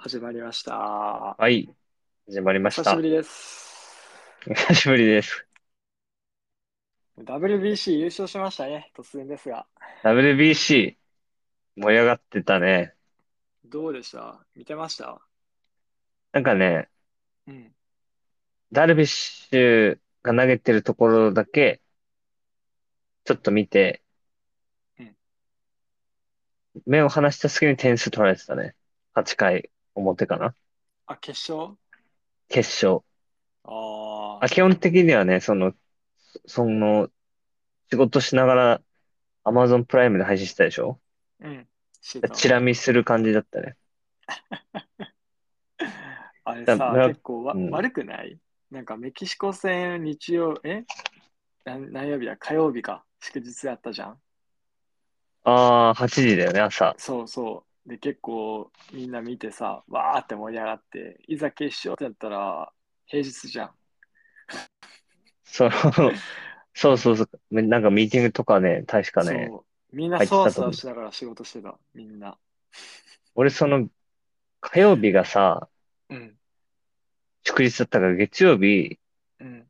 始まりました。はい。始まりまし久た。しぶりです。久しぶりです。 WBC 優勝しましたね。突然ですが。 WBC、盛り上がってたね。どうでした見てましたなんかね、うん。ダルビッシュが投げてるところだけ、ちょっと見てうん、目を離した隙に点数取られてたね。8回表かな。あ、決勝決勝。あああ、基本的にはね、その、その、仕事しながら Amazon プライムで配信してたでしょうん。してたチラ見する感じだったね。あれさだから、結構わ、うん悪くないなんかメキシコ戦日曜、えな何曜日だ火曜日か。祝日だったじゃん。ああ、8時だよね、朝。そうそう。で、結構みんな見てさ、わーって盛り上がって、いざ決勝ってなったら平日じゃん。その、そうそうそう。なんかミーティングとかね、確かね、そう。みんなそわそわしながら仕事してた、みんな。俺その、火曜日がさ、うん。祝日だったから月曜日、うん。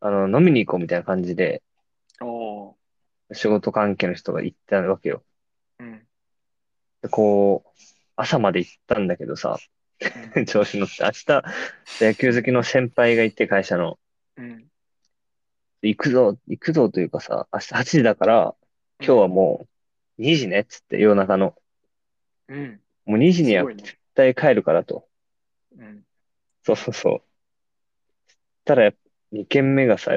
あの、飲みに行こうみたいな感じで、おー。仕事関係の人が行ったわけよ。うん。でこう、朝まで行ったんだけどさ、 調子乗って、明日、野球好きの先輩が行って会社の、うん。行くぞ、行くぞというかさ、明日8時だから、今日はもう2時ね、っつって夜中の、うん。もう2時にすはごい絶ね。対帰るからと。うん。そうそうそう。たら、2軒目がさ、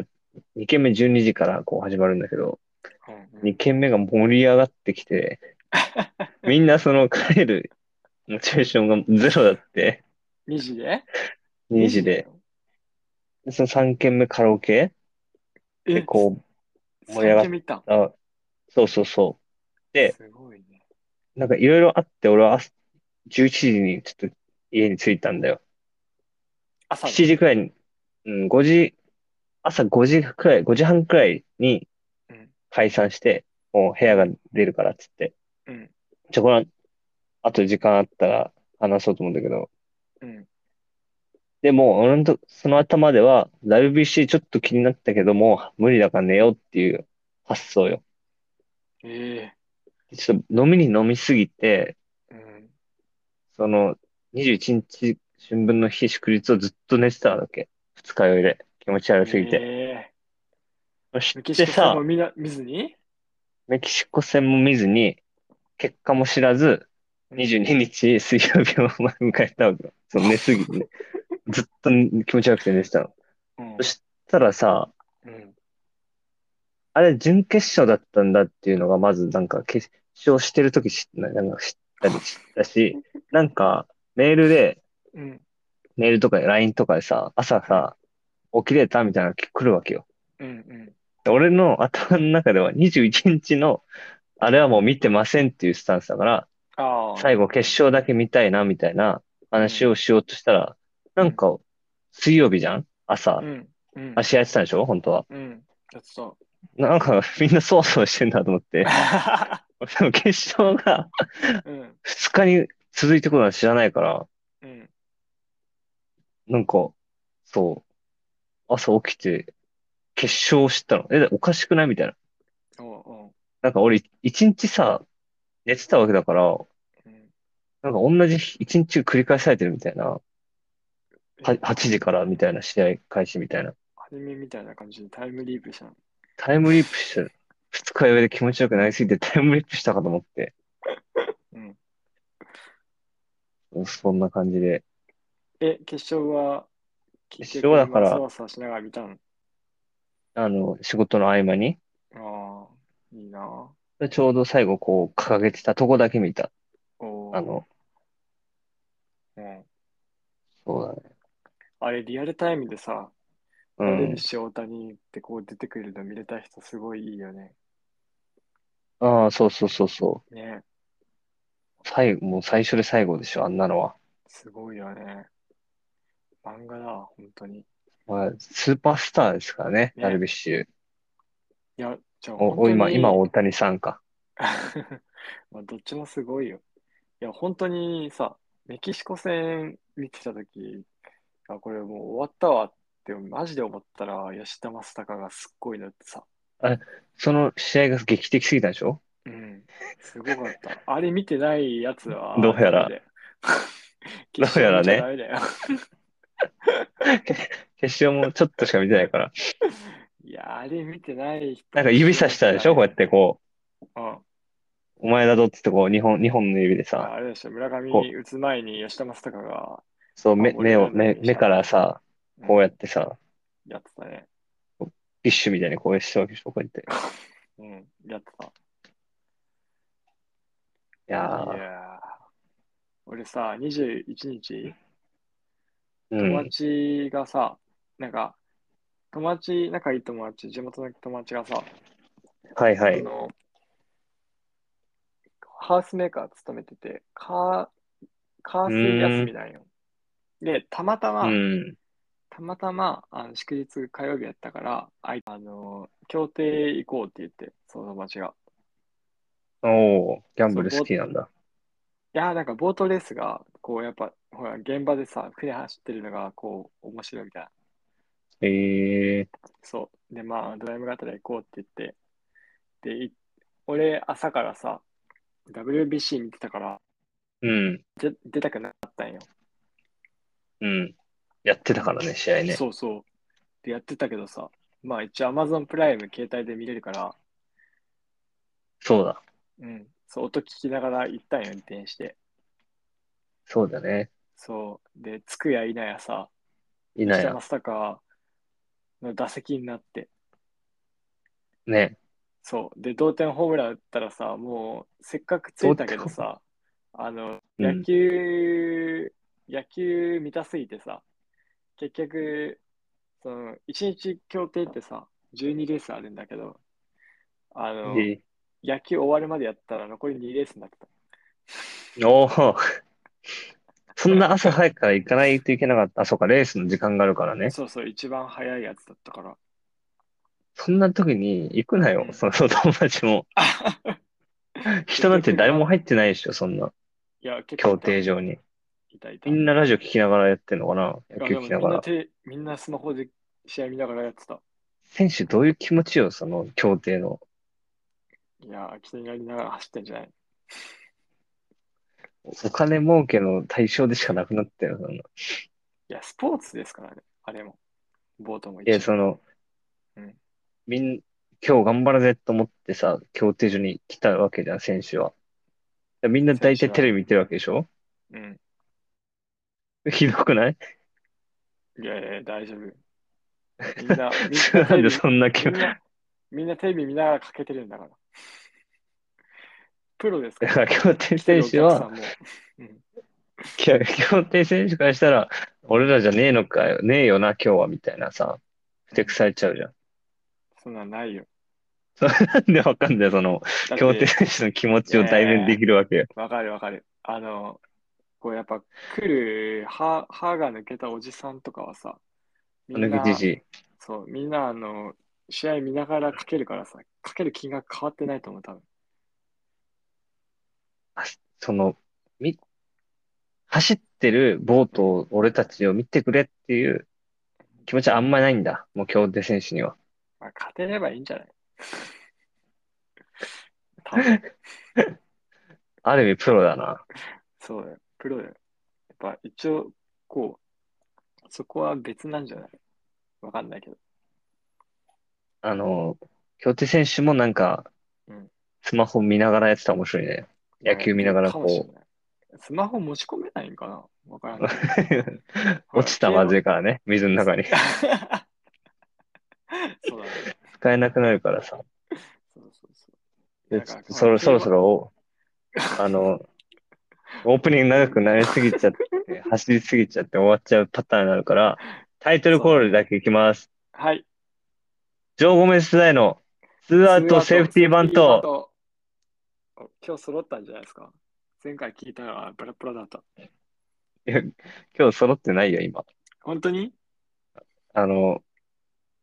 2軒目12時からこう始まるんだけど、うん2軒目が盛り上がってきて、みんなその帰るモチベーションがゼロだって、 2時で2時で。。でその3軒目カラオケえで、こう盛り上がっ見た。う、あ、そうそうそですごいね。う。なんかいろいろあって、俺は朝11時にちょっと家に着いたんだよ。朝7時くらいに、うん、5時、朝5時くらい、5時半くらいにうん。解散して、もう部屋が出るからっつって。うん。ちょ、これ、あと時間あったら話そうと思うんだけど。うん。でも、俺のと、その頭では、WBC ちょっと気になったけども、無理だから寝ようっていう発想よ。えちょっと飲みに飲みすぎて、えうん。その、21日春分の日祝日をずっと寝てたわけ。二日酔いで。気持ち悪すぎて。えそしえメキシてコ戦さも、見な見ずにメキシコ戦も見ずに、結果も知らず、22日水曜日を迎えたわけよ。その寝すぎてね。ずっと気持ち悪くて寝てたの。うんそしたらさ、うん。あれ、準決勝だったんだっていうのが、まず、なんか、決勝してるとき知っななんか知ったりしたし、なんか、メールで、うん。メールとか LINE とかでさ、朝さ、起きれたみたいなの来るわけよ。うん。うん。で俺の頭の中では21日の、あれはもう見てませんっていうスタンスだから、ああ。最後決勝だけ見たいなみたいな話をしようとしたら、なんか、水曜日じゃん朝う。ん。うん。あ、試合やってたんでしょ本当は。うん。やって た。なんか、みんなそわそわしてんだと思 って。でも決勝が、うん。二日に続いてくるのは知らないから、うん。なんか、そう、朝起きて、決勝を知ったの。え、おかしくないみたいな。おうおう。なんか俺、一日さ、寝てたわけだから、うんなんか同じ日一日繰り返されてるみたいな。は8時からみたいな試合開始みたいな。アニメみたいな感じでタイムリープしたの。タイムリープしてる。二日酔いで気持ちよくなりすぎてタイムリープしたかと思って。うんそんな感じで。え、決勝は、決勝はだからそわそわしながら見たの。あの、仕事の合間に、ああ、いいな。でちょうど最後こう掲げてたとこだけ見た。おーあ、の、うん。そうだね。あれ、リアルタイムでさ、うダルビんッ。シュ、大谷ってこう出てくるの見れた人すごいいいよね。ああ、そうそうそうそね、う。最後、もう最初で最後でしょ、あんなのは。すごいよね。漫画だわ、本当に。いまあ、スーパースターですからね、ねダルビッシュ。や、じゃあお、本当おに今、今、大 谷さんか。まあどっちもすごいよ。いや、本当にさ、メキシコ戦見てたとき、あ、これもう終わったわってマジで思ったら、吉田正尚がすっごいなってさ。その試合が劇的すぎたでしょうん。すごか った。あれ見てないやつは、どうやら どどうやらねね。決勝もちょっとしか見てないから。いや、あれ見てない人。なんか指さしたでしょこうやってこうん。う、お前だぞっつってこう、日本、日本の指でさ、ああれでしょ、村上こに打つ前に吉田正尚がそう、目、あ俺目を、が何々し目、た目からさ、こうやってさ、やってたね。ビッシュみたいにこうしてわけでしょこうやって。うん、やってた。いやいやー、ー俺さ、21日、う友ん、達がさ、なんか、友達、仲いい友達、地元の友達がさ、はいはあい。の、ハウスメーカー勤めてて、カー、カー水休みなんよ。で、たまたま、うん、たまたまあの祝日火曜日やったから、あいあの、協定行こうって言って、その友達が。おー、ギャンブル好きなんだ。いやーなんかボートレースが、こうやっぱ、ほら、現場でさ、船走ってるのが、こう、面白いみたいな。えー、そう。で、まあ、ドライブがたら行こうって言って、で、い俺、朝からさ、WBC 見てたから、うん、で出たくなかったんよ。うん。やってたからね、試合ね。そうそう。で、やってたけどさ、まあ、一応 Amazon プライム携帯で見れるから、そうだ、うん、そう、音聞きながら行ったんよ、運転して。そうだね。そう。で、つくやいなやさ、いな吉田や。正尚の打席になって、ね。そう。で、同点ホームラン打ったらさ、もう、せっかくついたけどさ、あの、うん野球、野球見たすぎてさ、結局、その、1日協定ってさ、12レースあるんだけど、あの、で野球終わるまでやったら残り2レースになってた。おお、そんな朝早くから行かないといけなかった。あ、そうか、レースの時間があるからね。そうそう、一番早いやつだったから。 そんな時に行くなよう、んその友達も。人なんて誰も入ってないでしょ、そんな、いや、結構協いた定上に。いたいた。みんなラジオ聞きながらやってんのかな、い野やで球聞もみきんながなら。手、みんなスマホで試合見ながらやってた。選手どういう気持ちよ、その協定の。いや、気になりながら走ってんじゃないお金儲けの対象でしかなくなってるそんな。いいや、スポーツですからね、あれも。ボートも一や、応。そのうん、みん、今日頑張るぜと思ってさ、協定所に来たわけじゃん、選手は。みんな大体テレビ見てるわけでしょうん。ひどくないいやいや、大丈夫。 みんな、みんなテなんレでビ、そんな気みん な、みんなテレビ見ながらかけてるんだから。プロですかだら。から、競艇 選手は、来てるお客さんも、競艇選手からしたら、俺らじゃねえのかよ、ねえよな、今日は、みたいなさ、ふてくされちゃうじゃん。そんなんないよ。なん でわかんない、その、だって競艇選手の気持ちを代弁できるわけよ。わかるわかる。あの、こうやっぱ来る歯、歯が抜けたおじさんとかはさ、みん抜なき、じじい。そう、みんなあの、試合見ながらかけるからさ、かける金額変わってないと思う、多分。その、み、走ってるボートを、俺たちを見てくれっていう気持ちはあんまないんだ。もう競艇選手には。まあ、勝てればいいんじゃない 多分、ある意味プロだな。そうだよ。プロだよ。やっぱ一応、こう、そこは別なんじゃないわかんないけど。あの、競艇選手もなんかうん、スマホ見ながらやってたら面白いね。野球見ながらかもしれこないスマホ持ち込めないんかなわからうない。、 落ちたらまずいからね、水の 中に。そうだね。使えなくなるからさ。そうそうそう。でだからそろそろそ競ろ、あの、オープニング長くなりすぎちゃって、走りすぎちゃって終わっちゃうパターンになるから、タイトルコールだけいきます。馬はい。ジョー・ゴメス世代のツーアウトセーフティーバント。ト。今日揃ったんじゃないですか前回聞いたのはブラブラだった。今日揃ってないよ、今。本当にあの、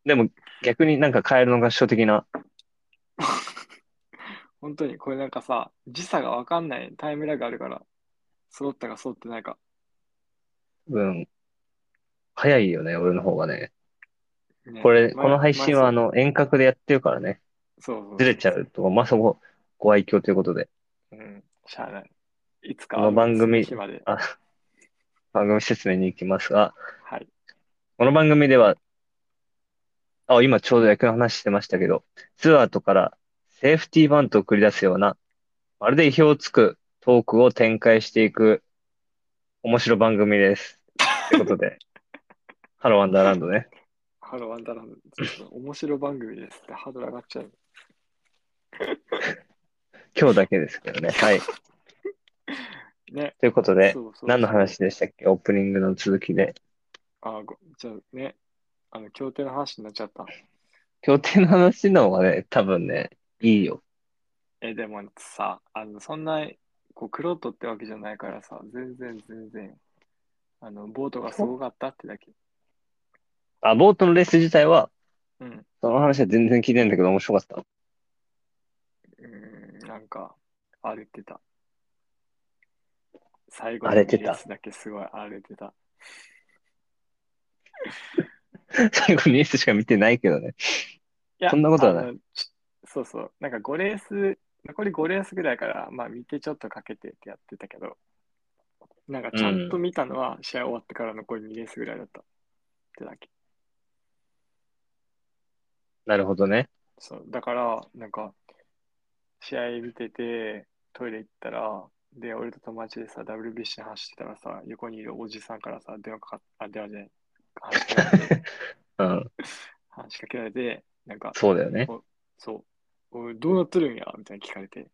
でも逆になんか変えるのが初的な。本当にこれなんかさ、時差がわかんないタイムラグあるから、揃ったか揃ってないか。分、早いよね、俺の方がね。ねこれ、まこの配信はあの、遠隔でやってるからね、そうそうそうずれちゃうと、まあ、そこ、ご愛嬌ということで、うん、しゃあない。いつかこの番組そ日まで。あ、番組説明に行きますが、はい。この番組では、あ、今ちょうど野球の話してましたけど、ツーアウトからセーフティーバントを繰り出すような、まるで意表をつくトークを展開していく、面白番組です。ということで、 ハローワンダーランドね。ハローワンダーランド、ちょっと面白番組ですってハードル上がっちゃう。今日だけですけどね。はい。ね。ということで、そうそう何の話でしたっけオープニングの続きで。あごじゃあね、あの、協定の話になっちゃった。協定の話の方がね、多分ね、いいよ。え、でもさ、あの、そんな、こう、クロートってわけじゃないからさ、全然全然、あの、ボートがすごかったってだけ。あ、ボートのレース自体は、うん。その話は全然聞いてんだけど面白かった。うん、なんか、荒れてた。最後の荒れてたレースだけすごい荒れてた。最後にレースしか見てないけどね。いやそんなことはないあのちそうそう。なんか5レース、残り5レースぐらいから、まあ見てちょっとかけてってやってたけど、なんかちゃんと見たのは試合終わってから残り2レースぐらいだった。ってだけ。なるほどね。そう。だから、なんか、試合見てて、トイレ行ったら、で、俺と友達でさ、WBC 走ってたらさ、横にいるおじさんからさ、電話かかっあ、電話じゃない。話しかけられてうん、話しかけられて、なんか、そうだよね。そう。おいどうなってるんやみたいに聞かれて。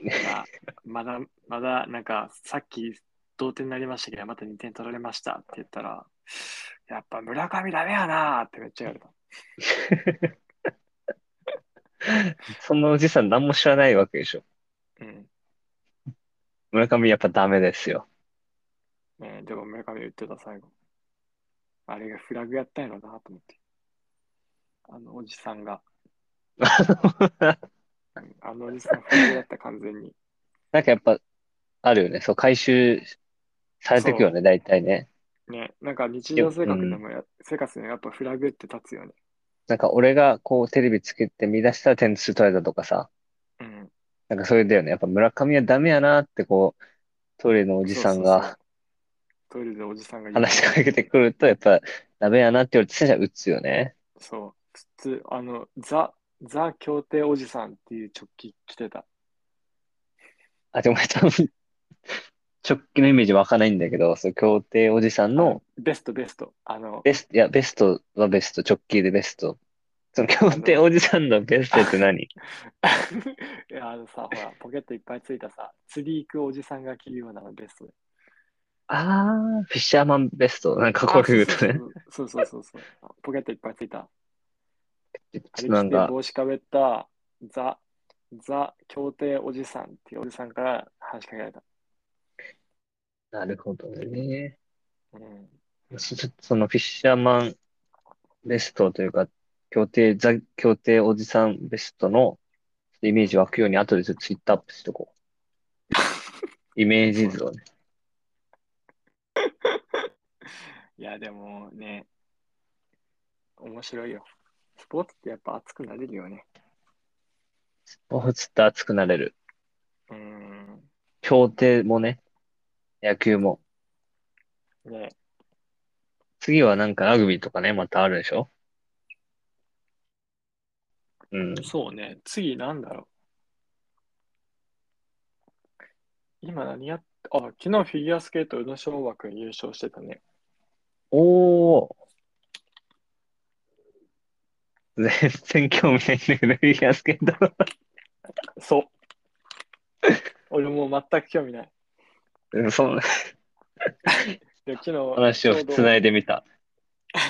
まだ、まだ、なんか、さっき同点になりましたけど、また2点取られましたって言ったら、やっぱ村上ダメやなーってめっちゃ言われた。そのおじさん何も知らないわけでしょ。うん。村上やっぱダメですよ。ね、でも村上言ってた最後。あれがフラグやったんやろなと思って。あのおじさん が、うんあのおじさんフラグやった完全に。なんかやっぱ、あるよね。そう、回収されてくよね、大体ね。ね、なんか日常生活でもや、生活でもやっぱフラグって立つよね。なんか俺がこうテレビつけて見出したら点数取られたとかさ。うん。なんかそれだよね。やっぱ村上はダメやなってこう、トイレのおじさんそうそうそうがトイレでおじさんが言って話しかけてくると、やっぱダメやなって言われて、そしたら打つよね。そう、つつ、あの、ザ、ザ協定おじさんっていう直帰着てた。あ、でも俺多分、直近のイメージ湧かないんだけど、そう、競艇おじさんの、ベストベスト。あの、ベスト、いや、ベストはベスト、直近でベスト。その競艇おじさんのベストって何いや あのさ、ほら、ポケットいっぱいついたさ、釣り行くおじさんが着るようなのベストで。 あー、フィッシャーマンベスト。なんかこういうことね。あそうそうそうそうそうそうそう。ポケットいっぱいついた。あれな着んてか、帽子かぶった、ザ、ザ協定おじさんっていうおじさんから話しかけられた。なるほどね。うん。そそのフィッシャーマンベストというか、競艇、ザ、競艇おじさんベストのイメージ湧くように、後でちょっとツイッターアップしと こう。イメージ図をね。いや、でもね、面白いよ。スポーツってやっぱ熱くなれるよね。もう映って熱くなれる。うん。競艇もね、野球も。ね次はなんかラグビーとかね、またあるでしょうん。そうね、次なんだろう。今何やっあ、昨日フィギュアスケート宇野昌磨君優勝してたね。おー。全然興味ないんだけど、フィギュアスケート。そう。 俺もう全く興味ない。うんそので、昨日、話をちょう繋いでみた。ど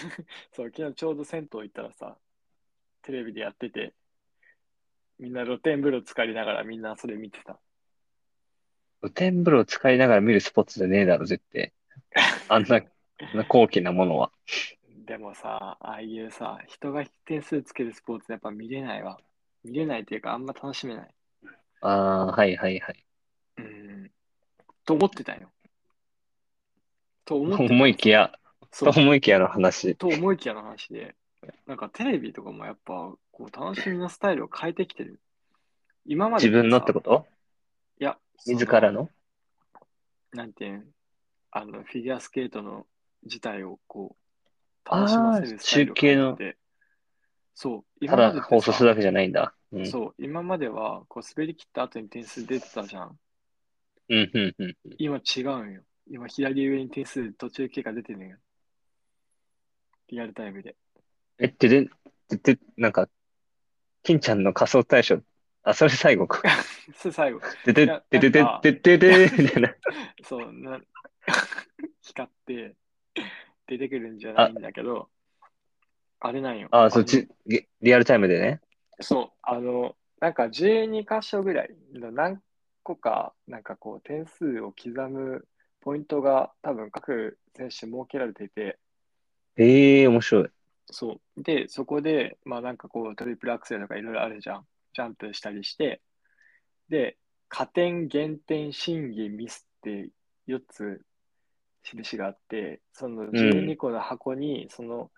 そう、昨日ちょうど銭湯行ったらさ、テレビでやってて、みんな露天風呂浸かりながらみんなそれ見てた。露天風呂を使いながら見るスポーツじゃねえだろ、絶対。あんな、あんな高貴なものは。でもさ、ああいうさ、人が点数つけるスポーツやっぱ見れないわ。見れないっていうか、あんま楽しめない。ああ、はいはいはい。うん。と思ってたよ。と思ってた思いきや、そとう思いきやの話。と思いきやの話で、なんかテレビとかもやっぱこう楽しみのスタイルを変えてきてる。今まで自分のってさこといや、そ自らのなんていうんあの、フィギュアスケートの自体をこう、楽しませるスタイルを変えてあー中継そう、た今までだって放さ送するわけじゃないんだ。うん。うん、そう、今まではこう滑り切った後に点数出てたじゃん。うん、うん。今違うんよ。今左上に点数途中経過出てるんよ。リアルタイムで。え、てで、てで、なんか、金ちゃんの仮想大賞。あ、それ最後か。それ最後。てでいや、てで、なんかてで、てで、みたいな。そう、な 光って出てくるんじゃないんだけど、あれなんよ。あ、そっのち、リリアルタイムでね。そう、あの、なんか12箇所ぐらいの何個か、なんかこう、点数を刻むポイントが多分各選手設けられていて、ええ、面白い。そう。で、そこで、まあなんかこう、トリプルアクセルとかいろいろあるじゃん。ジャンプしたりして、で、加点、減点、審議、ミスって4つ印があって、その12個の箱に、その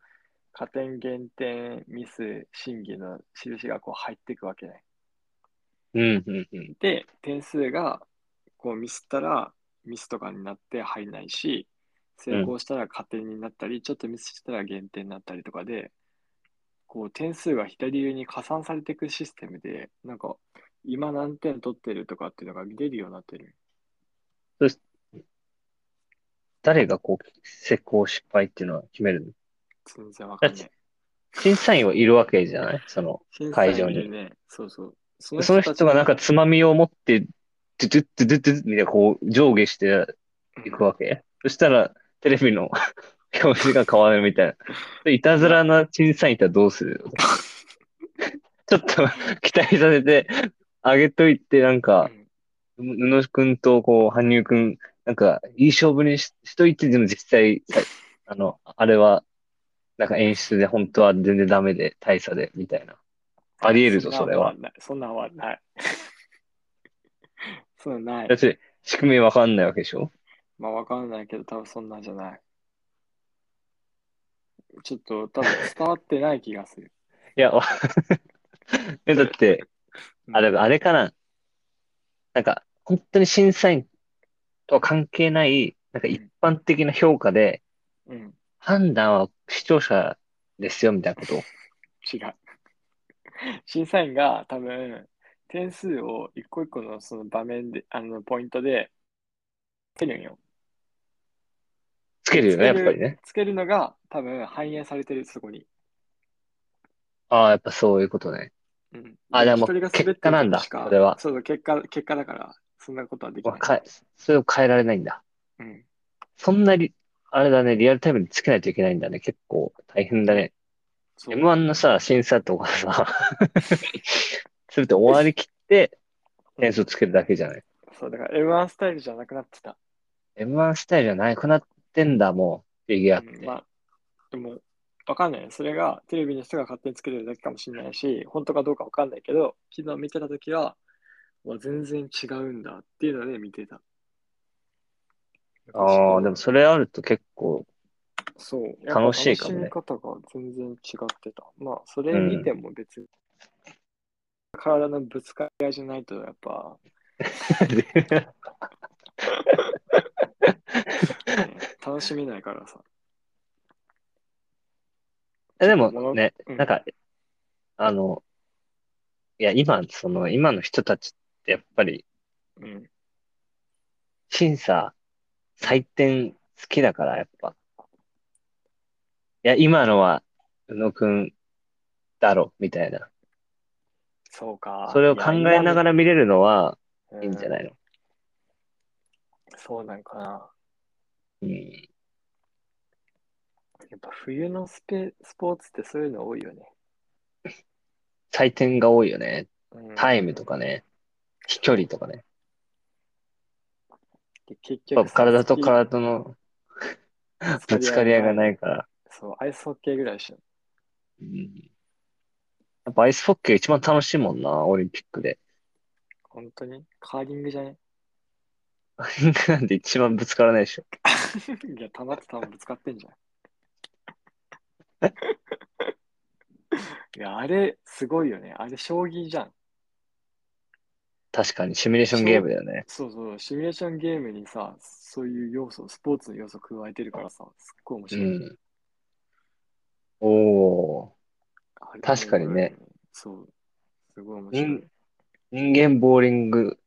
加点、減点、ミス、審議の印がこう入っていくわけね。うん、うん、うん。で、点数がこうミスったらミスとかになって入んないし、成功したら加点になったり、ちょっとミスしたら減点になったりとかで、こう点数が左上に加算されていくシステムで、なんか今何点取ってるとかっていうのが見れるようになってる。誰がこう、成功失敗っていうのは決めるの全然わかんない。審査員はいるわけじゃないその、審会査場員にいるね。そうそう。そその人がなんかたちつまみを持って、ドゥドゥドゥドゥドゥみたいなこう上下していくわけ。そしたらテレビの 表示が変わるみたいな。でいたずらな審査員いたらどうする ちょっと 期待させてあげといて、なんがかう、ん布くんとこう、羽生くん、なんか、いい勝負にし、しといて、でも実際、さあの、あれは、なんか演出で本当は全然ダメで、大差で、みたいな。あり得るぞ、それは。。そんなんはない。そんなんはない。そんなん なだっい。て、仕組みわかんないわけでしょまあわかんないけど、多分そんなんじゃない。ちょっと多分伝わってない気がする。 いや、わ え、だって、うんあれ、あれかな。なんか、本当に審査員とは関係ない、なんかうん一般的な評価で、うん、判断は視聴者ですよ、みたいなこと。違う。 審査員が多分点数を一個一個のその場面で、あのポイントでつけるんよ。つけるよね、やっぱりね。つけるのが多分反映されてる、そこに。ああ、やっぱそういうことね。うん、あでも一人が滑ってる結果なんだ時しかそれはそうそう、結果、結果だから、そんなことはできわない。かえそれを変えられないんだ。うん、そんなり、あれだね、リアルタイムにつけないといけないんだね。結構大変だね。そう M1 のさ、審査とかさ、 すべて終わりきって、点数つけるだけじゃない。そう、だから M1 スタイルじゃなくなってた。 M1 スタイルじゃなくなってんだ、もう、フィギュアっうんて。まあ、でも、わかんない。それがテレビの人が勝手につけてるだけかもしれないし、本当かどうかわかんないけど、昨日見てたときは、うわ全然違うんだっていうので見てた。ああ、でもそれあると結 構、そう。楽しいかもねやっぱ楽しみ方が全然違ってた。まあ、それ見ても別に、体のぶつかり合いじゃないと、やっぱ、ね楽しめないからさ。えでもね、うんなんか、あの、いや、今、その、今の人たちってやっぱり、うん。審査、採点好きだから、やっぱ。いや、今のは、宇野くんだろ、みたいな。そうか。それを考えながらら見れるのは、いいんじゃいや今のないのうんそうなんかな。うん。やっぱ冬のスペスポーツってそういうの多いよね。採点が多いよね。うんタイムとかね、飛距離とかね。で結やっ局ぱ体とさ体のスキー。ぶつかり合いがないいから。そう、アイスホッケーぐらいでしょ。うんやっぱアイスホッケー一番楽しいもんな、オリンピックで。 本当にカーリングじゃね なんで一番ぶつからないでしょ。いや、たまってたまぶつかってんじゃん。 いや、あれ、すごいよね。あれ、将棋じゃん。確かに、シミュレーションゲームだよね。そうそう、シミュレーションゲームにさ、そういう要素、スポーツの要素加えてるからさ、すっごい面う白い。ん。おー。あれ確かにね。そう、すごい面白い。人、人間ボーリング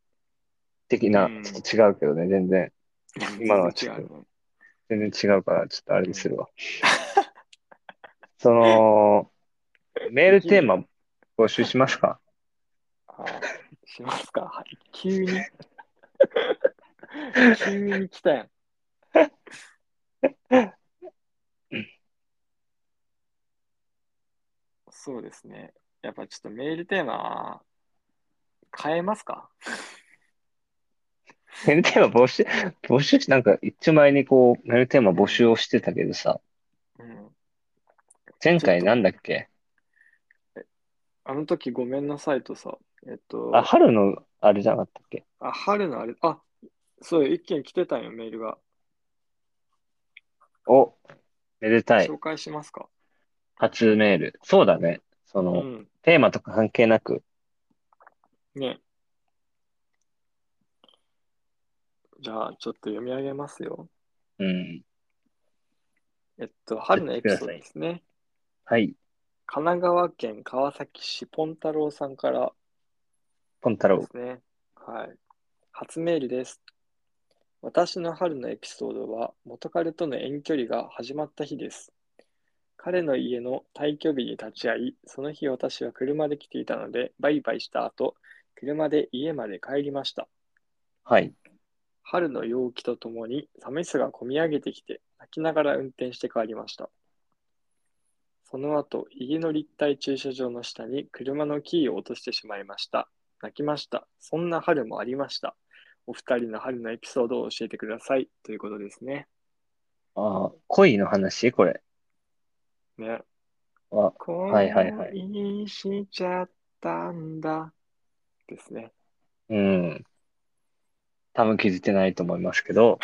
的な、うんちょっと違うけどね、全然、今のはちょっと全然違うね全然違うから、ちょっとあれにするわ。その、 メールテーマ募集しますかあしますか。はい急 に。急に来たやん。そうですね。やっぱちょっとメールテーマ変えますか メールテーマ募集、募集し、なんか一応前にこう、メールテーマ募集をしてたけどさ、うん。前回なんだっけあの時ごめんなさいとさ、えっと、あ、春のあれじゃなかったっけあ春のあれ、あ、そう、一件来てたんよ、メールが。お、めでたい。紹介しますか。初メール。そうだね。そうの、ん。テーマとか関係なく、ね。じゃあ、ちょっと読み上げますよ。うん。えっと、春のエピソードですね。はい。神奈川県川崎市ポン太郎さんからポン太で郎。すね。はい。初メールです。私の春のエピソードは元彼との遠距離が始まった日です。彼の家の退去日に立ち会い、その日私は車で来ていたので、バイバイした後、車で家まで帰りました。はい。春の陽気とともに寂しさがこみ上げてきて泣きながら運転して帰りましたその後家の立体駐車場の下に車のキーを落としてしまいました泣きましたそんな春もありましたお二人の春のエピソードを教えてくださいということですねああ、恋の話これ。ねあ、恋いはいはいにしちゃったんだですねうん。多分気づいてないと思いますけど、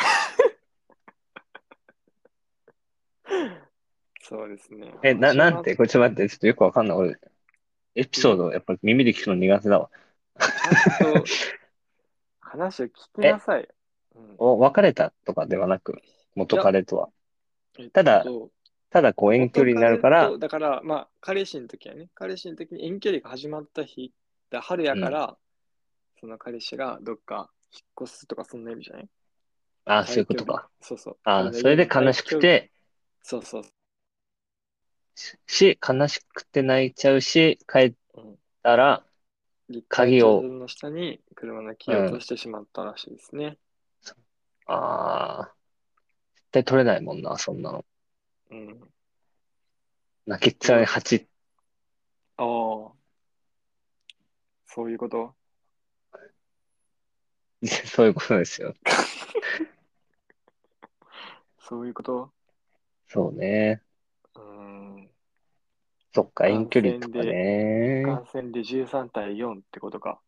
そうですねえ、な、始まなんて、これちょっと待って、ちょっとよくわかんない。俺、エピソード、やっぱり耳で聞くの苦手だわ。ちゃんと話を聞きな さいよ、うんお、別れたとかではなく、元彼とは。えっとただただ、こう、遠距離になるから元彼、とだから、まあ、彼氏の時はね、彼氏の時に遠距離が始まった日、だ春やから、その彼氏がどっか引っ越すとか、そんな意味じゃないああ、そういうことか。。退去日そうそう。ああ、それで悲しく。て、そうそう。し、悲しくて泣いちゃうし、帰ったら、鍵を立体駐車場の下に車のキーを落としてしまったらしいですね。ああ、絶対取れないもんな、そんなの。うん。泣きっ面に蜂、ああ。そういうこと。 そういうことですよ。そういうこと。そうね。うん。そっか、遠距離と感か染でね。感染で13対4ってことか。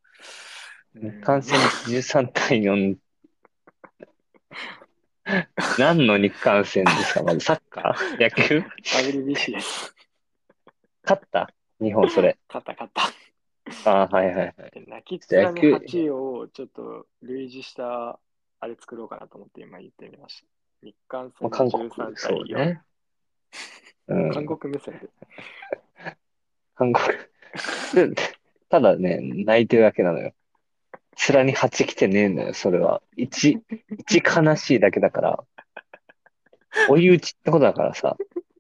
うん感染13対4。何の日韓戦ですかまずサッカー野球 WBC です。勝った日本それ。勝った勝った。あーはいはいはい。泣きっ面に蜂をちょっと類似したあれ作ろうかなと思って今言ってみました。日韓まあ戦韓の国13、対そう4。ね。うん、韓国目線で。韓国。 ただね、泣いてるだけなのよ。面に蜂来てねえんだよ、それは。一、一悲しいだけだから。追い打ちってことだからさ。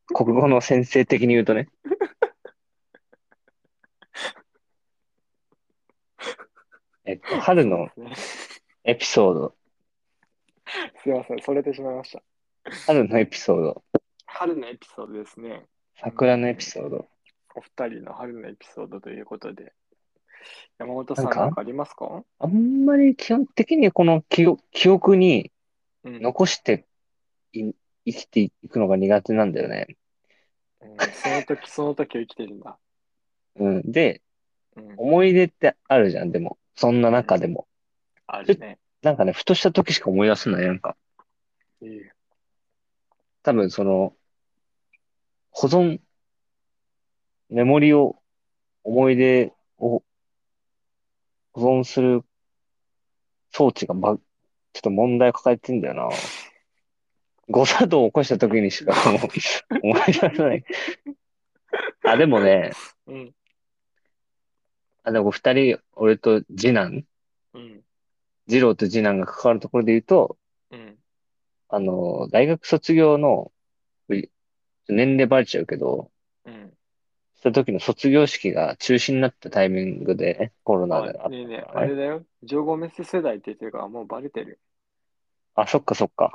国語の先生的に言うとね。えっと、春のそうですねエピソード。すいません、それてしまいました。春のエピソード。春のエピソードですね。桜のエピソード。お二人の春のエピソードということで。山本さん、ななんんかかありますかあんまり基本的にこの記憶記憶にうん、残してい生きていくのが苦手なんだよね。うんその時、その時を生きてるんだ。うん。で、うん、思い出ってあるじゃん、でも。そんな中でも。あるね。なんかね、ふとした時しか思い出せない、なんか。いい多分その、保存、メモリを、思い出を保存する装置がば、ちょっと問題抱えてんだよな。誤作動を起こした時にしかもう思い出さない。あ、でもね、うん。あ、でも二人、俺と次男、うん。次郎と次男が関わるところで言うと、うん。あの、大学卒業の、うい年齢バレちゃうけど、うん。した時の卒業式が中止になったタイミングでね、コロナでああったねえねえ、からあね。れだよ。情報メッセ世代って言ってるからもうバレてる。あ、そっかそっか。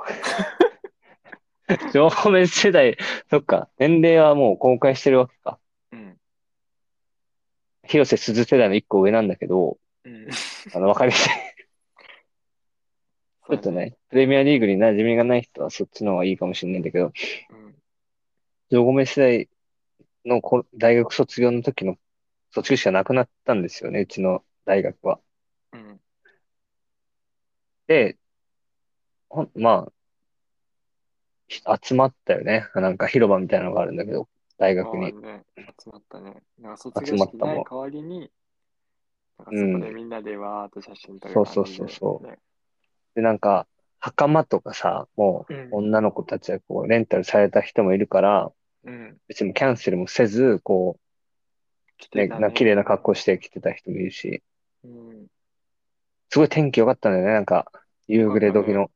情報メ世代、そっか。年齢はもう公開してるわけか。うん。広瀬すず世代の一個上なんだけど、うん。あの、わかりやすい。ちょっとね、プレミアリーグに馴染みがない人はそっちの方がいいかもしれないんだけど、そうね。情報メ世代のこ大学卒業の時の卒業式がなくなったんですよね、うちの大学は。うん。うん。で、ほん、まあ、集まったよね。なんか広場みたいなのがあるんだけど、大学に。まあね、集まったね。なんか卒集業まっ式たもんない代わりに、なんかうんそこでみんなでわーっと写真撮るそうそうそうそ感うじでねで、なんか、袴とかさ、もうんう、女の子たちはこう、レンタルされた人もいるから、うん。別にキャンセルもせず、こ来う、ね、てたな、綺麗な格好して来てた人もいるし、うん。すごい天気良かったんだよね、なんか、夕暮れ時の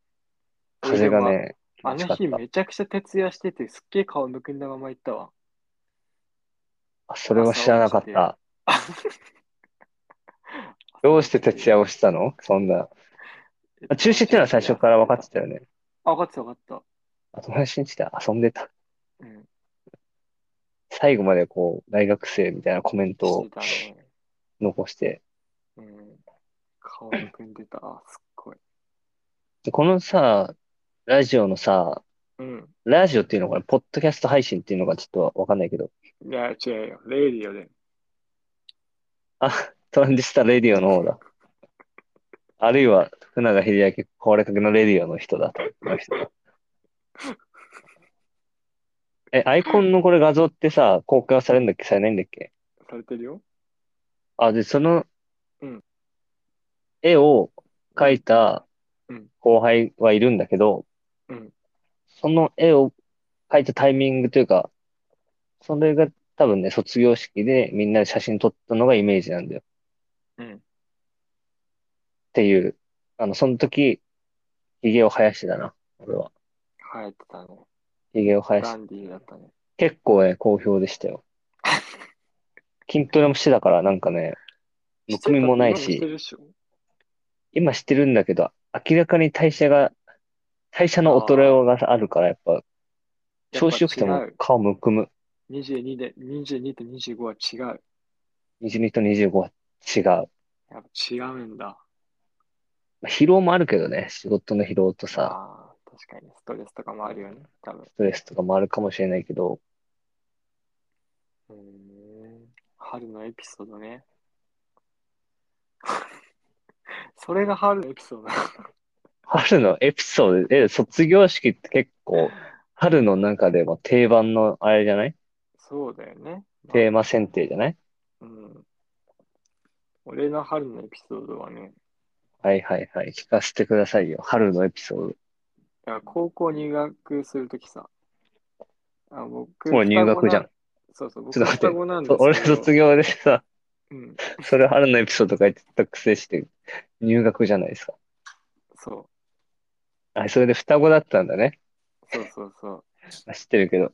風が俺ね、気あ持ちよのか日った。めちゃくちゃ徹夜してて、すっげえ顔むくんだまま行ったわ。 あ、それは知らなかっ朝起きてた。どうして徹夜をしたのそんな。あ中止っていうのは最初から分かってたよね。あ、分かってた分かっあ、友達んちで遊んでた。た。うん。最後までこう、大学生みたいなコメントしをてたね。残して。うん。顔むくんでた。あすっごい。でこのさ、ラジオのさ、うん。ラジオっていうのかな、ポッドキャスト配信っていうのがちょっとわかんないけど、いや、違うよ。レイディオで。あ、トランジスタレディオの方だ。あるいは、船が秀明壊れかけのレディオの人だと。この人だえ、アイコンのこれ画像ってさ、公開はされるんだっけされないんだっけされてるよ。あ、で、そのうん、絵を描いたうん後輩はいるんだけど、うん。その絵を描いたタイミングというか、それが多分ね、卒業式でみんなで写真撮ったのがイメージなんだよ。うん。っていう、あの、その時、髭を生やしてたな、俺は。生えてたね。髭を生やダし、ンディーだったね。結構ね、好評でしたよ。筋トレもしてたから、なんかね、むくみもないしてたし、今もしてるでし今してるんだけど、明らかに代謝が、代謝の衰えがあるから、やっぱ、ょ調子良くてもやっぱ違う顔むくむ。 22で、22と25は違う。 22と25は違う。やっぱ違うんだ。まあ疲労もあるけどね、仕事の疲労とさ、あー確かにストレスとかもあるよね。多分。ストレスとかもあるかもしれないけど、うーん。春のエピソードね。 それが春のエピソード なの。春のエピソード、え、卒業式って結構、春の中でも定番のあれじゃないそうだよね。まあテーマ選定じゃないうん。俺の春のエピソードはね、はいはいはい。聞かせてくださいよ。春のエピソーいや高校入学するときさ、あ僕ド。もう入学じゃん。そうそう、ち僕ょっと待って双子なんですけそうど俺卒業でさ、うん、それ春のエピソードとか言ってたくせして、入学じゃないですか。そう、あ、それで双子だったんだね。そうそうそう。あ知ってる けど。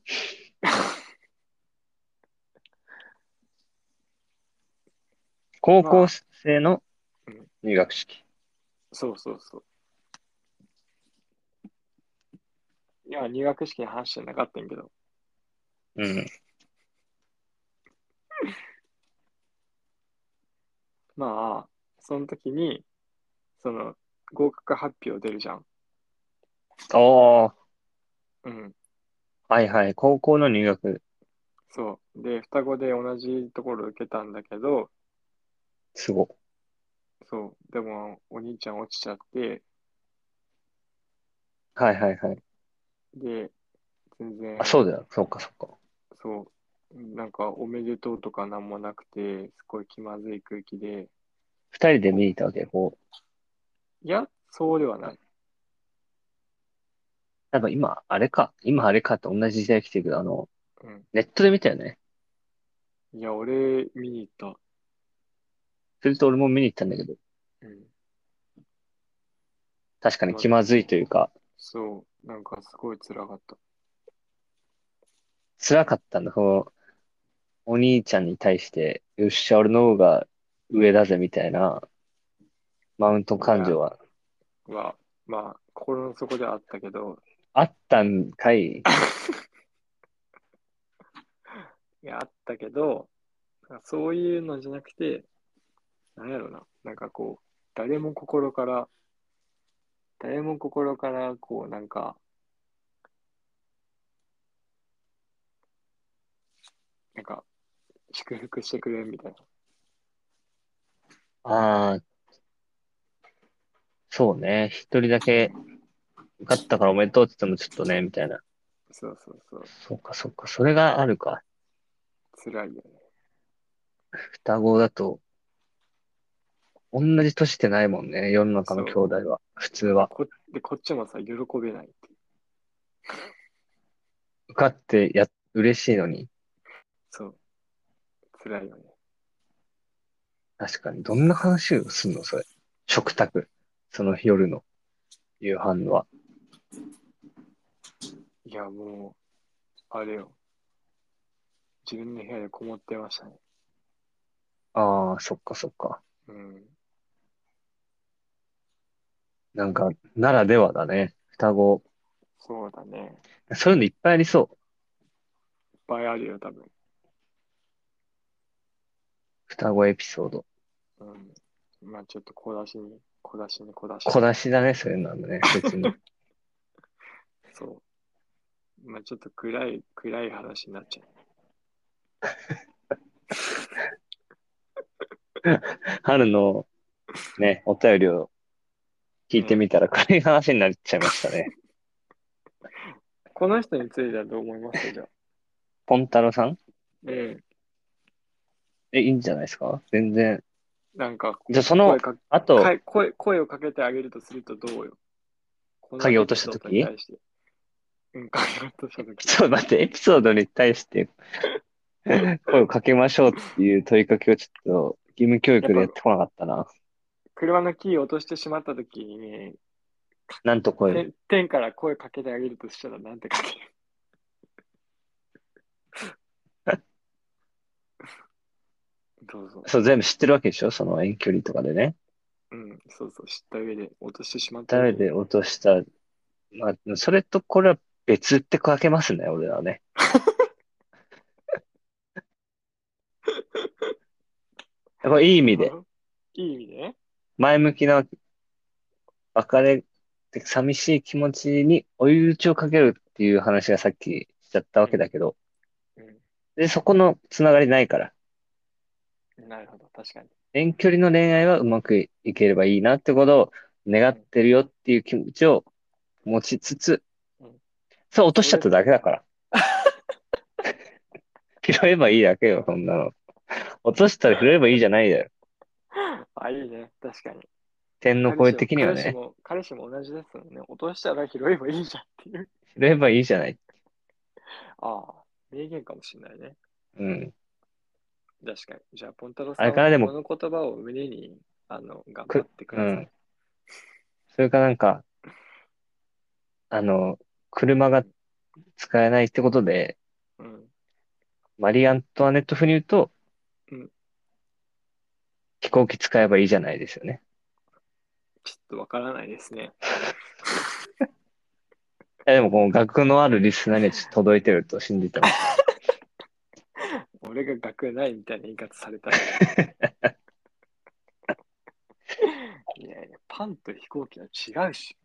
高校生の入学式。そうそうそう。いや、入学式の話じゃなかったんやけど、うん。まあ、その時に、その、合格発表出るじゃん。おー。うん、はいはい。高校の入学。そう。で、双子で同じところ受けたんだけど、すご。そう、でも、お兄ちゃん落ちちゃって、はいはいはい。で、全然あ、、そうだよ。そうか、そうか。そう、なんかおめでとうとかなんもなくて、すごい気まずい空気で、二人で見に行ったわけ。こう、いや、そうではない。なんか今、あれか。今あれかって同じ時代来てるけど、あの、うん。ネットで見たよね。いや、俺、見に行った。それと俺も見に行ったんだけど、うん。確かに気まずいというか、そう、なんかすごい辛かった。辛かったんだ。この、お兄ちゃんに対して、よっしゃ、俺の方が上だぜ、みたいな、マウント感情は、は、まあ、心の底ではあったけど、あったんかい。いや、あったけど、なんかそういうのじゃなくて、なんやろな、なんかこう、誰も心から、誰も心から、こう、なんか、なんか、祝福してくれみたいな。ああ、そうね。一人だけ受かったからおめでとうって言ってもちょっとね、みたいな。そうそうそう、そうか、そうか。それがあるか。辛いよね。双子だと、同じ年ってないもんね。世の中の兄弟は。普通は。こで、こっちもさ、喜べないっていう。受かってや、嬉しいのに。そう。辛いよね。確かに。どんな話をすんのそれ。食卓。その日夜の夕飯は。いや、もう、あれよ。自分の部屋でこもってましたね。ああ、そっか、そっか。うん。なんか、ならではだね。双子。そうだね。そういうのいっぱいありそう。いっぱいあるよ、多分。双子エピソード。うん。まあちょっと小出しに、小出しに、小出しに。小出しだね、そういうのはね。 別に。そう。まあちょっと暗い、暗い話になっちゃ春の、ね、お便りを聞いてみたら、暗い話になっちゃいましたね。う。この人についてはどう思いますか、じゃあ。ポン太郎さん うん。え、いいんじゃないですか全然。なんか、じゃあその声かあと、か声、声をかけてあげるとするとどうよ。この鍵落とした時エピソードに対してうん、鍵落としたとき。 ちょっと待って、エピソードに対して、声をかけましょうっていう問いかけをちょっと、義務教育でやってこなかったな。車のキーを落としてしまったときにね、なんと声を。て天から声かけてあげるとしたらなんてかけ るどうぞ。そう、全部知ってるわけでしょその遠距離とかでね。うん、そうそう、知った上で落としてしまった。誰で落とした。まあ、それとこれは別ってかけますね、俺らはね。やっぱいい意い味で。。いい意味でね。前向きな、別れて寂しい気持ちに追い打ちをかけるっていう話がさっきしちゃったわけだけど、で、そこのつながりないから、うん、なるほど、確かに。遠距離の恋愛はうまくいければいいなってことを願ってるよっていう気持ちを持ちつつうん、それ落としちゃっただけ だから。拾えばいいだけよ、そんなの。落としたら拾えばいいじゃないだよ。あ、いいね、確かに。天の声的には彼氏ね、も彼氏も同じですもんね。落としたら拾えばいいじゃんっていう。拾えばいいじゃない。ああ、名言かもしれないね。うん。確かに。じゃあ、ポンタロウあされんかなでもこの言葉を胸にあの頑張ってくだうさい。ん。それかなんか、あの、車が使えないってことで、うんマリー・アントワネット風に言うと、うん飛行機使えばいいじゃないですよね。ちょっとわからないですね。いやでもこの学のあるリスナーにはちょっと届いてると信じてます。俺が学ないみたいな言 い方されたら。いやいや、パンと飛行機は違うし。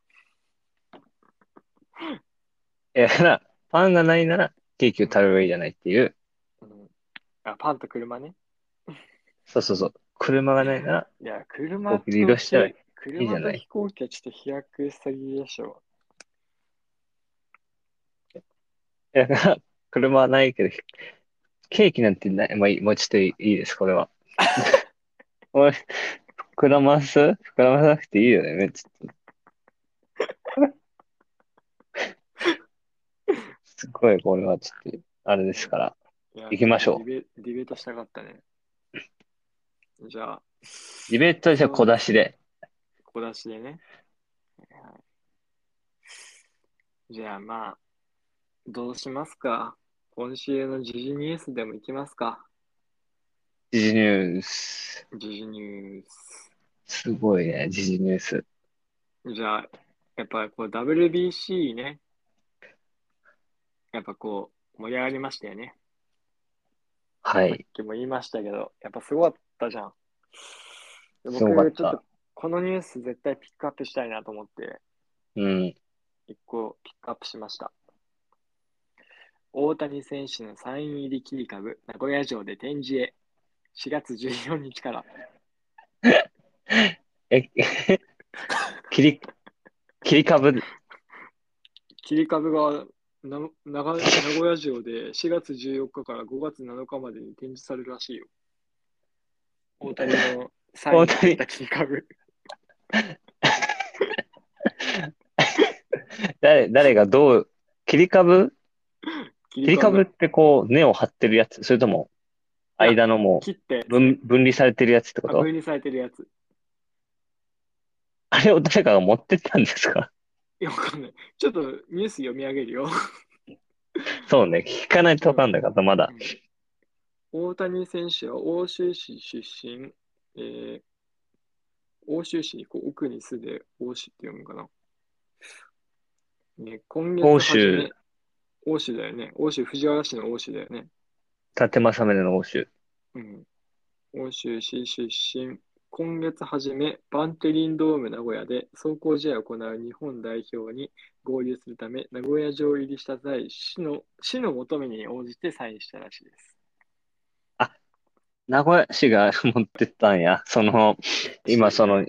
いや、だからパンがないならケーキを食べればいいじゃないっていう、うん、あパンと車ね。そうそうそう、車がないなら、いや、車と飛行機リードしたらいいじゃ車なとい飛行機はちょっと飛躍しすぎでしょ。や、だから車はないけど、ケーキなんてない、まあいい、もうちょっといい、いいです、これは。おい、膨らます膨らまなくていいよね、めっちゃ。すごい、これはちょっと、あれですから。いや行きましょうディベ。ディベートしたかったね。じゃあ、ディベートはじゃあ小出しで。小出しでね。じゃあまあ、どうしますか今週の時事ニュースでも行きますか時事ニュース。時事ニュース。すごいね、時事ニュース。じゃあ、やっぱこう WBC ね。やっぱこう、盛り上がりましたよね。はさっい。きも言いましたけど、やっぱすごかったじゃん。で僕すごかったちょっとこのニュース絶対ピックアップしたいなと思って、うん。一個ピックアップしました。大谷選手のサイン入り切り株、名古屋城で展示へ。4月14日から。え、 切り、切り株、切り株がな名古名古屋城で4月14日から5月7日までに展示されるらしいよ。大谷のサイン入りた切り株。誰、誰がどう、切り株切切り株ってこう、根を張ってるやつそれとも、いや間のも切ってう、分、分離されてるやつってこあと分離されてるやつ。あれを誰かが持ってったんですかいや、わかんない。ちょっとニュース読み上げるよ。そうね、聞かないとわかんないから、まだ。大谷選手は欧州市出身、えー欧州市にこう奥に巣で欧州って読むのかな。ね、今月欧州初め、欧州だよね。欧州、藤原市の欧州だよね。立政宗の欧州。うん。欧州市出身、今月初め、バンテリンドーム名古屋で壮行試合を行う日本代表に合流するため、名古屋城入りした際、市の市の求めに応じてサインしたらしいです。名古屋市が持ってったんや。その、今そのニ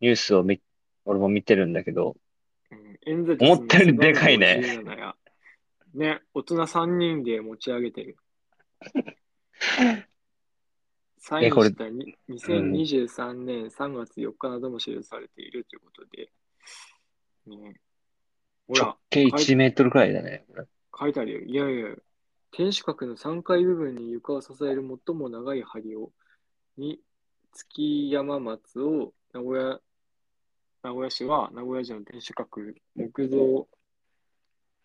ュースを見、俺も見てるんだけど、うんエンゼルス思ったよりでかいねの背番号17が。ね、大人3人で持ち上げてる。サインしたに2023年3月4日なども記されているということで。ね、ほ直ら、径はい1メートルくらいだね。書いてあるよ。いやいやいや、天守閣の3階部分に床を支える最も長い梁を、に、月山松を名古屋、名古屋市は名古屋市の天守閣木造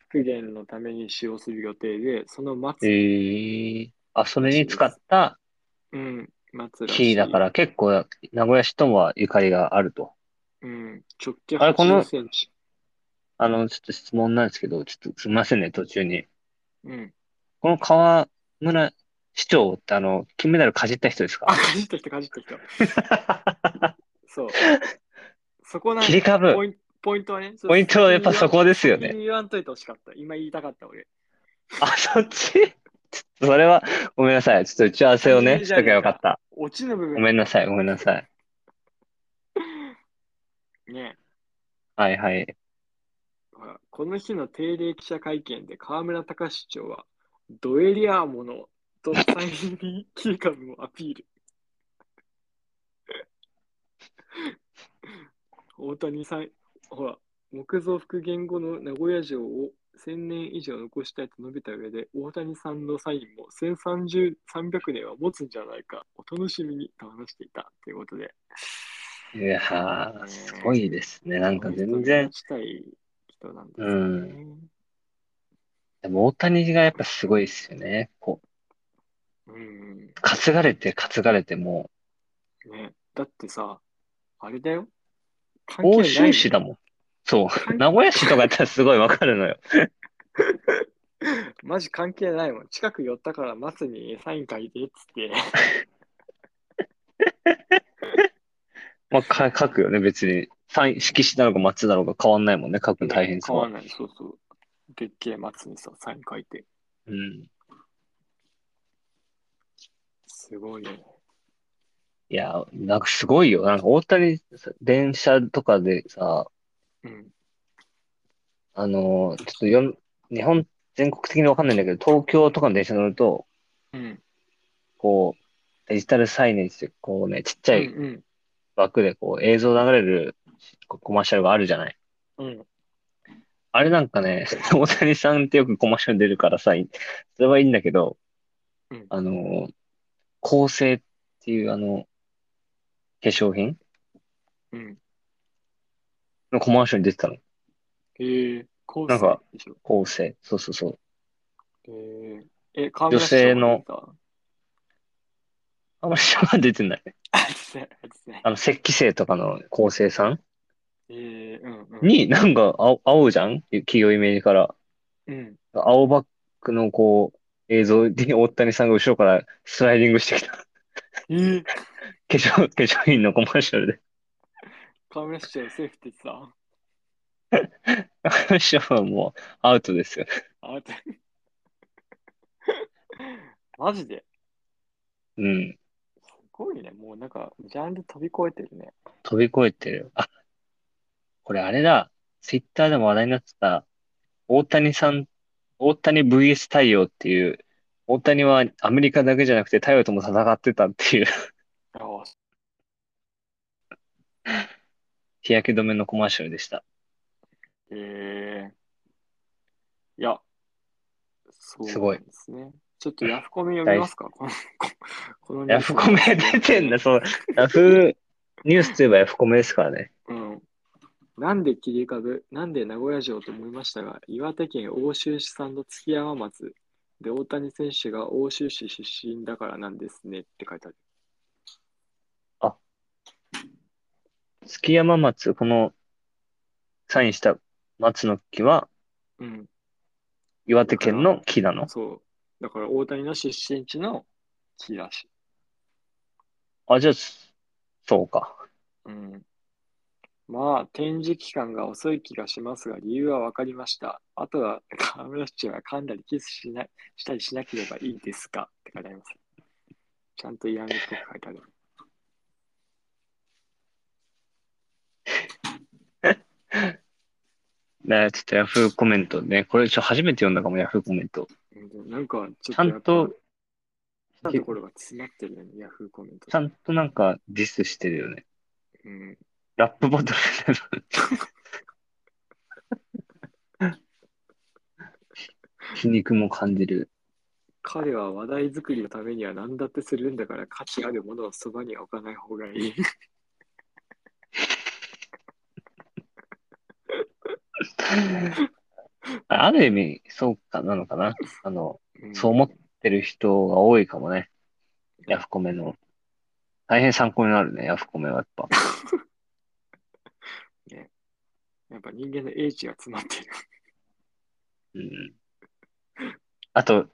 復元のために使用する予定で、その松、ええあ、それに使ったうん、松らし木い。だから結構名古屋市とはゆかりがあると。うん、直径あれこの80センチ。あの、ちょっと質問なんですけど、ちょっとすみませんね、途中に。うん。この川村市長ってあの、金メダルかじった人です あ、かかじってきた、かじってきた。 そう。そこなん切り株。ポインポイントはね。ポイントはやっぱそこですよ先ね。に言わんといてほしかった。今言いたかった俺。あ、そっちちょっとそれは、ごめんなさい。ちょっと打ち合わせをね、しとけばよかった。オチの部分ごめんなさい、ごめんなさい。ねはいはい。ほらこの日の定例記者会見で河村隆市長はドエリアーモノとサイン入り切り株をアピール。 大谷さん、ほら、木造復元後の名古屋城を1000年以上残したいと述べた上で、大谷さんのサインも1300 300年は持つんじゃないか、お楽しみにと話していたということで。いやー、すごいですね。なんか全然、したい人なんですうね。でも大谷がやっぱすごいですよね。こう、うん。担がれて担がれてもね。だってさ、あれだよ。う、関係欧ない州市だもん。そう。関名古屋市とかやったらすごいわかるのよ。 マジ関係ないもん。近く寄ったから松にサイン書いてっつって。まあ、か書くよね、別に。サイン色紙なのか松なのか変わんないもんね。書くの大変変そわう。んない。そうそう。でっけえ松にさ、サイン書いて。うん。すごいよね。いや、なんかすごいよ。なんか大谷、電車とかでさ、うん。あのー、ちょっとよん、日本全国的にわかんないんだけど、東京とかの電車乗ると、うん。こう、デジタルサイネージって、こうね、ちっちゃいうん枠でこう映像流れるこうコマーシャルがあるじゃない。うん。うん。あれなんかね、 大谷さんってよくコマーシャル出るからさ、それはいいんだけどうん、あの、構成っていうあの、化粧品うん。のコマーシャルに出てたの。ええ、コーなんかでしょ。構成。そうそうそう。えー、え、川女性の村市長があんまり人は出てない。出てた。あ、ですね。ですね。あの、雪肌精とかの構成さんえー、うんうん。に、なんか青、青じゃん企業イメージから。うん。青バックのこう、映像で大谷さんが後ろからスライディングしてきた。化えー、粧、化粧品のコマーシャルで。 川村市長セーフって言ってた。あの人はもうアウトですよ。あ、待って。 マジでうん。すごいね。もうなんか、ジャンル飛び越えてるね。飛び越えてる。あ、これあれだ。ツイッターでも話題になってた、大谷さん、大谷 VS 太陽っていう、大谷はアメリカだけじゃなくて太陽とも戦ってたっていう ああ、す日焼け止めのコマーシャルでした。えー、いや、そうすごいなんですね。ちょっとヤフコメ読みますかこの、 このヤフコメ出てんだ、そう。ヤフーニュースといえばヤフコメですからね。うん。なんで切り株、なんで名古屋城と思いましたが、岩手県奥州市産の月山松で大谷選手が奥州市出身だからなんですねって書いてある。月山松、このサインした松の木はうん。岩手県の木なの。 そう。だから大谷の出身地の木らしい。あ、じゃあ、そうか。うん。まあ、展示期間が遅い気がしますが、理由は分かりました。あとは、河村市長が噛んだりキスしないしたりしなければいいですかって書いてあります。ちゃんと嫌味っぽく書いてある。ね、ちょっとヤフーコメントね。これ、ちょ、初めて読んだかも、ヤフーコメント。うんなんか、ちょっちゃとやんっぱと、、たところが詰まってるよね、ヤフーコメントち。ゃんとなんかディスしてるよね。うん。ラップボトルみたいな。 皮肉も感じる。彼は話題作りのためには何だってするんだから価値あるものをそばには置かない方がいい。あある意味、そうかなのかな。あの、んそう思ってる人が多いかもね。ヤフコメの。大変参考になるね、ヤフコメはやっぱ。やっぱ人間の英知が詰まってる。うん。あと、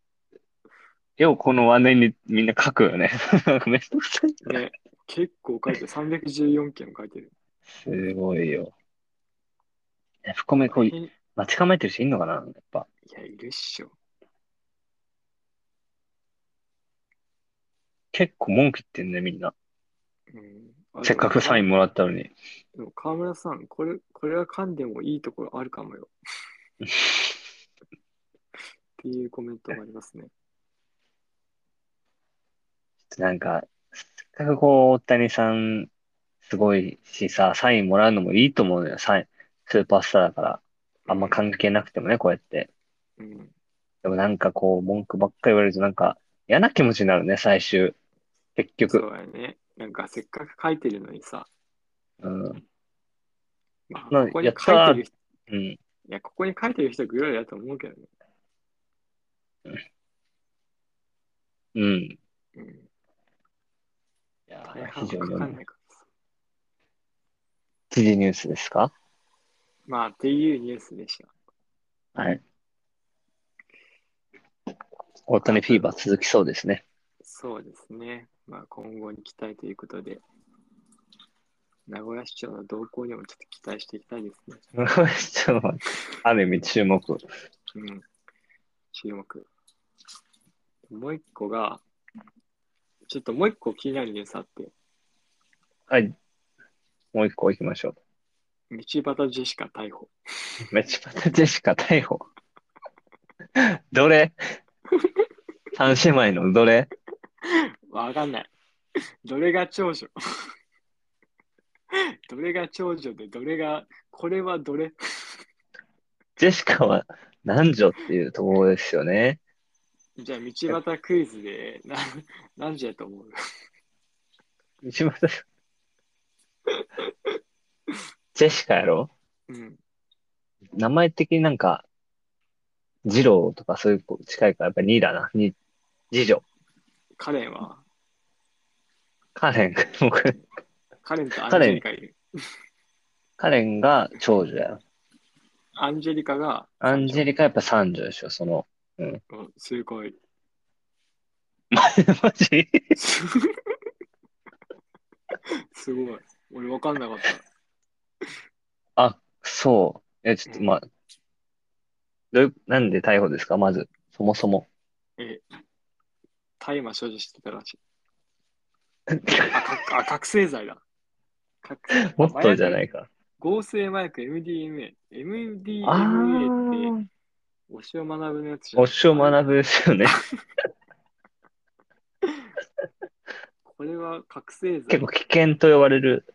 ようこの話題にみんな書くよね。 なんかめんどくさい。ね、結構書いてる。314件書いてる。すごいよ。ヤフコメ、こう大、変い待ち構えてる人いんのかなやっぱ。や、いるっしょ。結構文句言ってんね、みんな。うん、あせっかくサインもらったのに。でも川村さん、これ、これは噛んでもいいところあるかもよ。っていうコメントがありますね。なんか、せっかくこう、大谷さん、すごいしさ、サインもらうのもいいと思うのよ、サイン。スーパースターだから。あんま関係なくてもね、こうやって。うん。でもなんかこう、文句ばっかり言われると、なんか、嫌な気持ちになるね、最終。結そ局。うやね。なんかせっかく書いてるのにさ、うん。ままああ、ここに書いてる人、うん。いや、ここに書いてる人ぐらいだと思うけどね。うん。いうん。や大非半常はに書かないからさ。記事ニュースですかまあ、っていうニュースでした。はい。大谷フィーバー続きそうですね。 そうですね。まあ、今後に期待ということで、名古屋市長の動向にもちょっと期待していきたいですね。ちょっと待ってある意味注目。うん。注目。もう一個が、ちょっともう一個気になるニュースあって、はい。もう一個行きましょ道端ジェシカ逮捕。う。めちゃめちゃジェシカ逮捕。どれ三姉妹のどれわかんない。どれが長女 どれが長女で、どれが、これはどれジェシカは男女っていうところですよね。じゃあ、道端クイズで、な何時やと思う一番最初ジェシカやろうん。名前的になんか、ジローとかそういう子近いから、やっぱり2だな。2、次女。カレンは、カレン、 僕、カレンとアンジカレンェリカいる。カレンが長女やろ。アンジェリカが、アンジェリカやっぱ三女でしょ、その。うんすごい。 マジすすごい。俺わかんなかった。そう。え、ちょっと、まあ、どういう、なんで逮捕ですか、まず。そもそも。大麻所持してたらしい。あ、かあ覚醒剤だ。覚。もっとじゃないいか。合成麻薬 MDMA。MDMA あって、ー。推しを学ぶのやつじゃん推しを学ぶです よね。これは覚醒剤。結構危険と呼ばれる、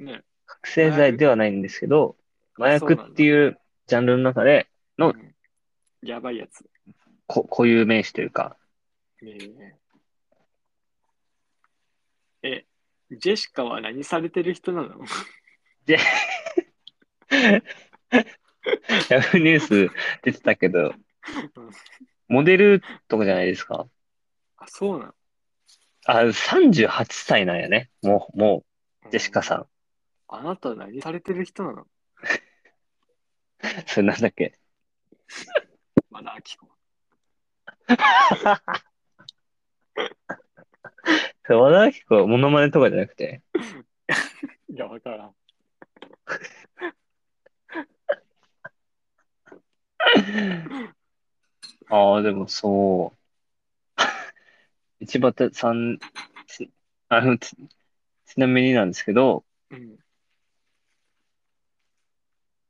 ね、覚醒剤ではないんですけど、麻薬っていうジャンルの中でうのんやばいやつ。こ固有名詞というか、ねええ、ジェシカは何されてる人なの ヤフーニュース出てたけど、モデルとかじゃないですか。あ、そうなのあ、38歳なんやね。もう、もう、ジェシカん。さん。あなたは何されてる人なのそれなんだっけ。まだ秋子。それ和田アキ子、モノマネとかじゃなくて。いや、わからん。ああ、でも そう。道端さん、ちあの、ち、ちなみになんですけど、うん。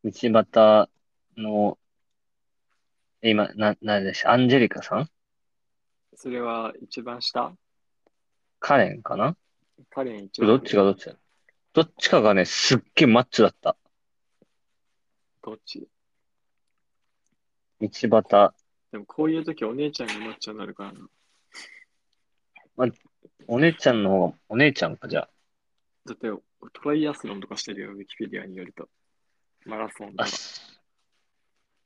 道端の、今、な、なんでしたアンジェリカさんそれは一番下カレンかなカレン一番どっちがどっちだどっちかがね、すっげえマッチョだった。どっち道端。でもこういう時お姉ちゃんがマッチョになるからな。お姉ちゃんの方が、お姉ちゃんか、じゃだってトライアスロンとかしてるよ、ウィキペディアによると。マラソンとあ。あか。す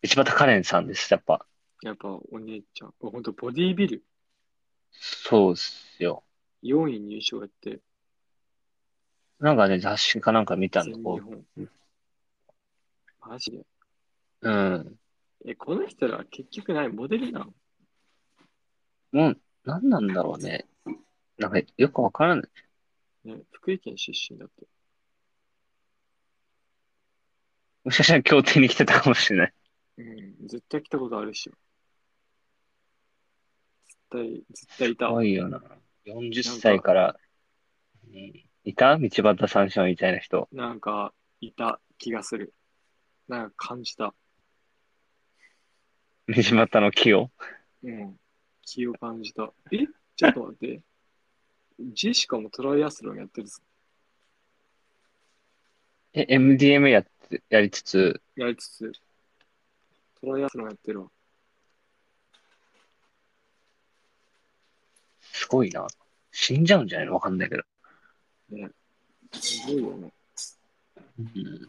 道端カレンさんです、やっぱ。やっぱお姉ちゃん。ほんとボディービル。そうっすよ。 4位入賞やって、なんかね、雑誌かなんか見たん全で、日こ本。マジで。う、うん。え、この人ら結局ないモデルなのもう、なんなんだろうね。なんか、よくわからない。ね、福井県出身だって。もしかしたら協定に来てたかもしれない。うん、絶対来たことあるっしょ。絶対、絶対いた。怖いよな。40歳から、うんいた道端三章みたいな人。なんか、いた気がする。なんか感じた。道端の木を。うん。気を感じた。えちょっと待って。ジェシカもトライアスロンやってるぞえ、MDMA やって、やりつつ、やりつつ、トライアスロンやってるわ。すごいな。死んじゃうんじゃないのわかんないけど。すごいよね。うん。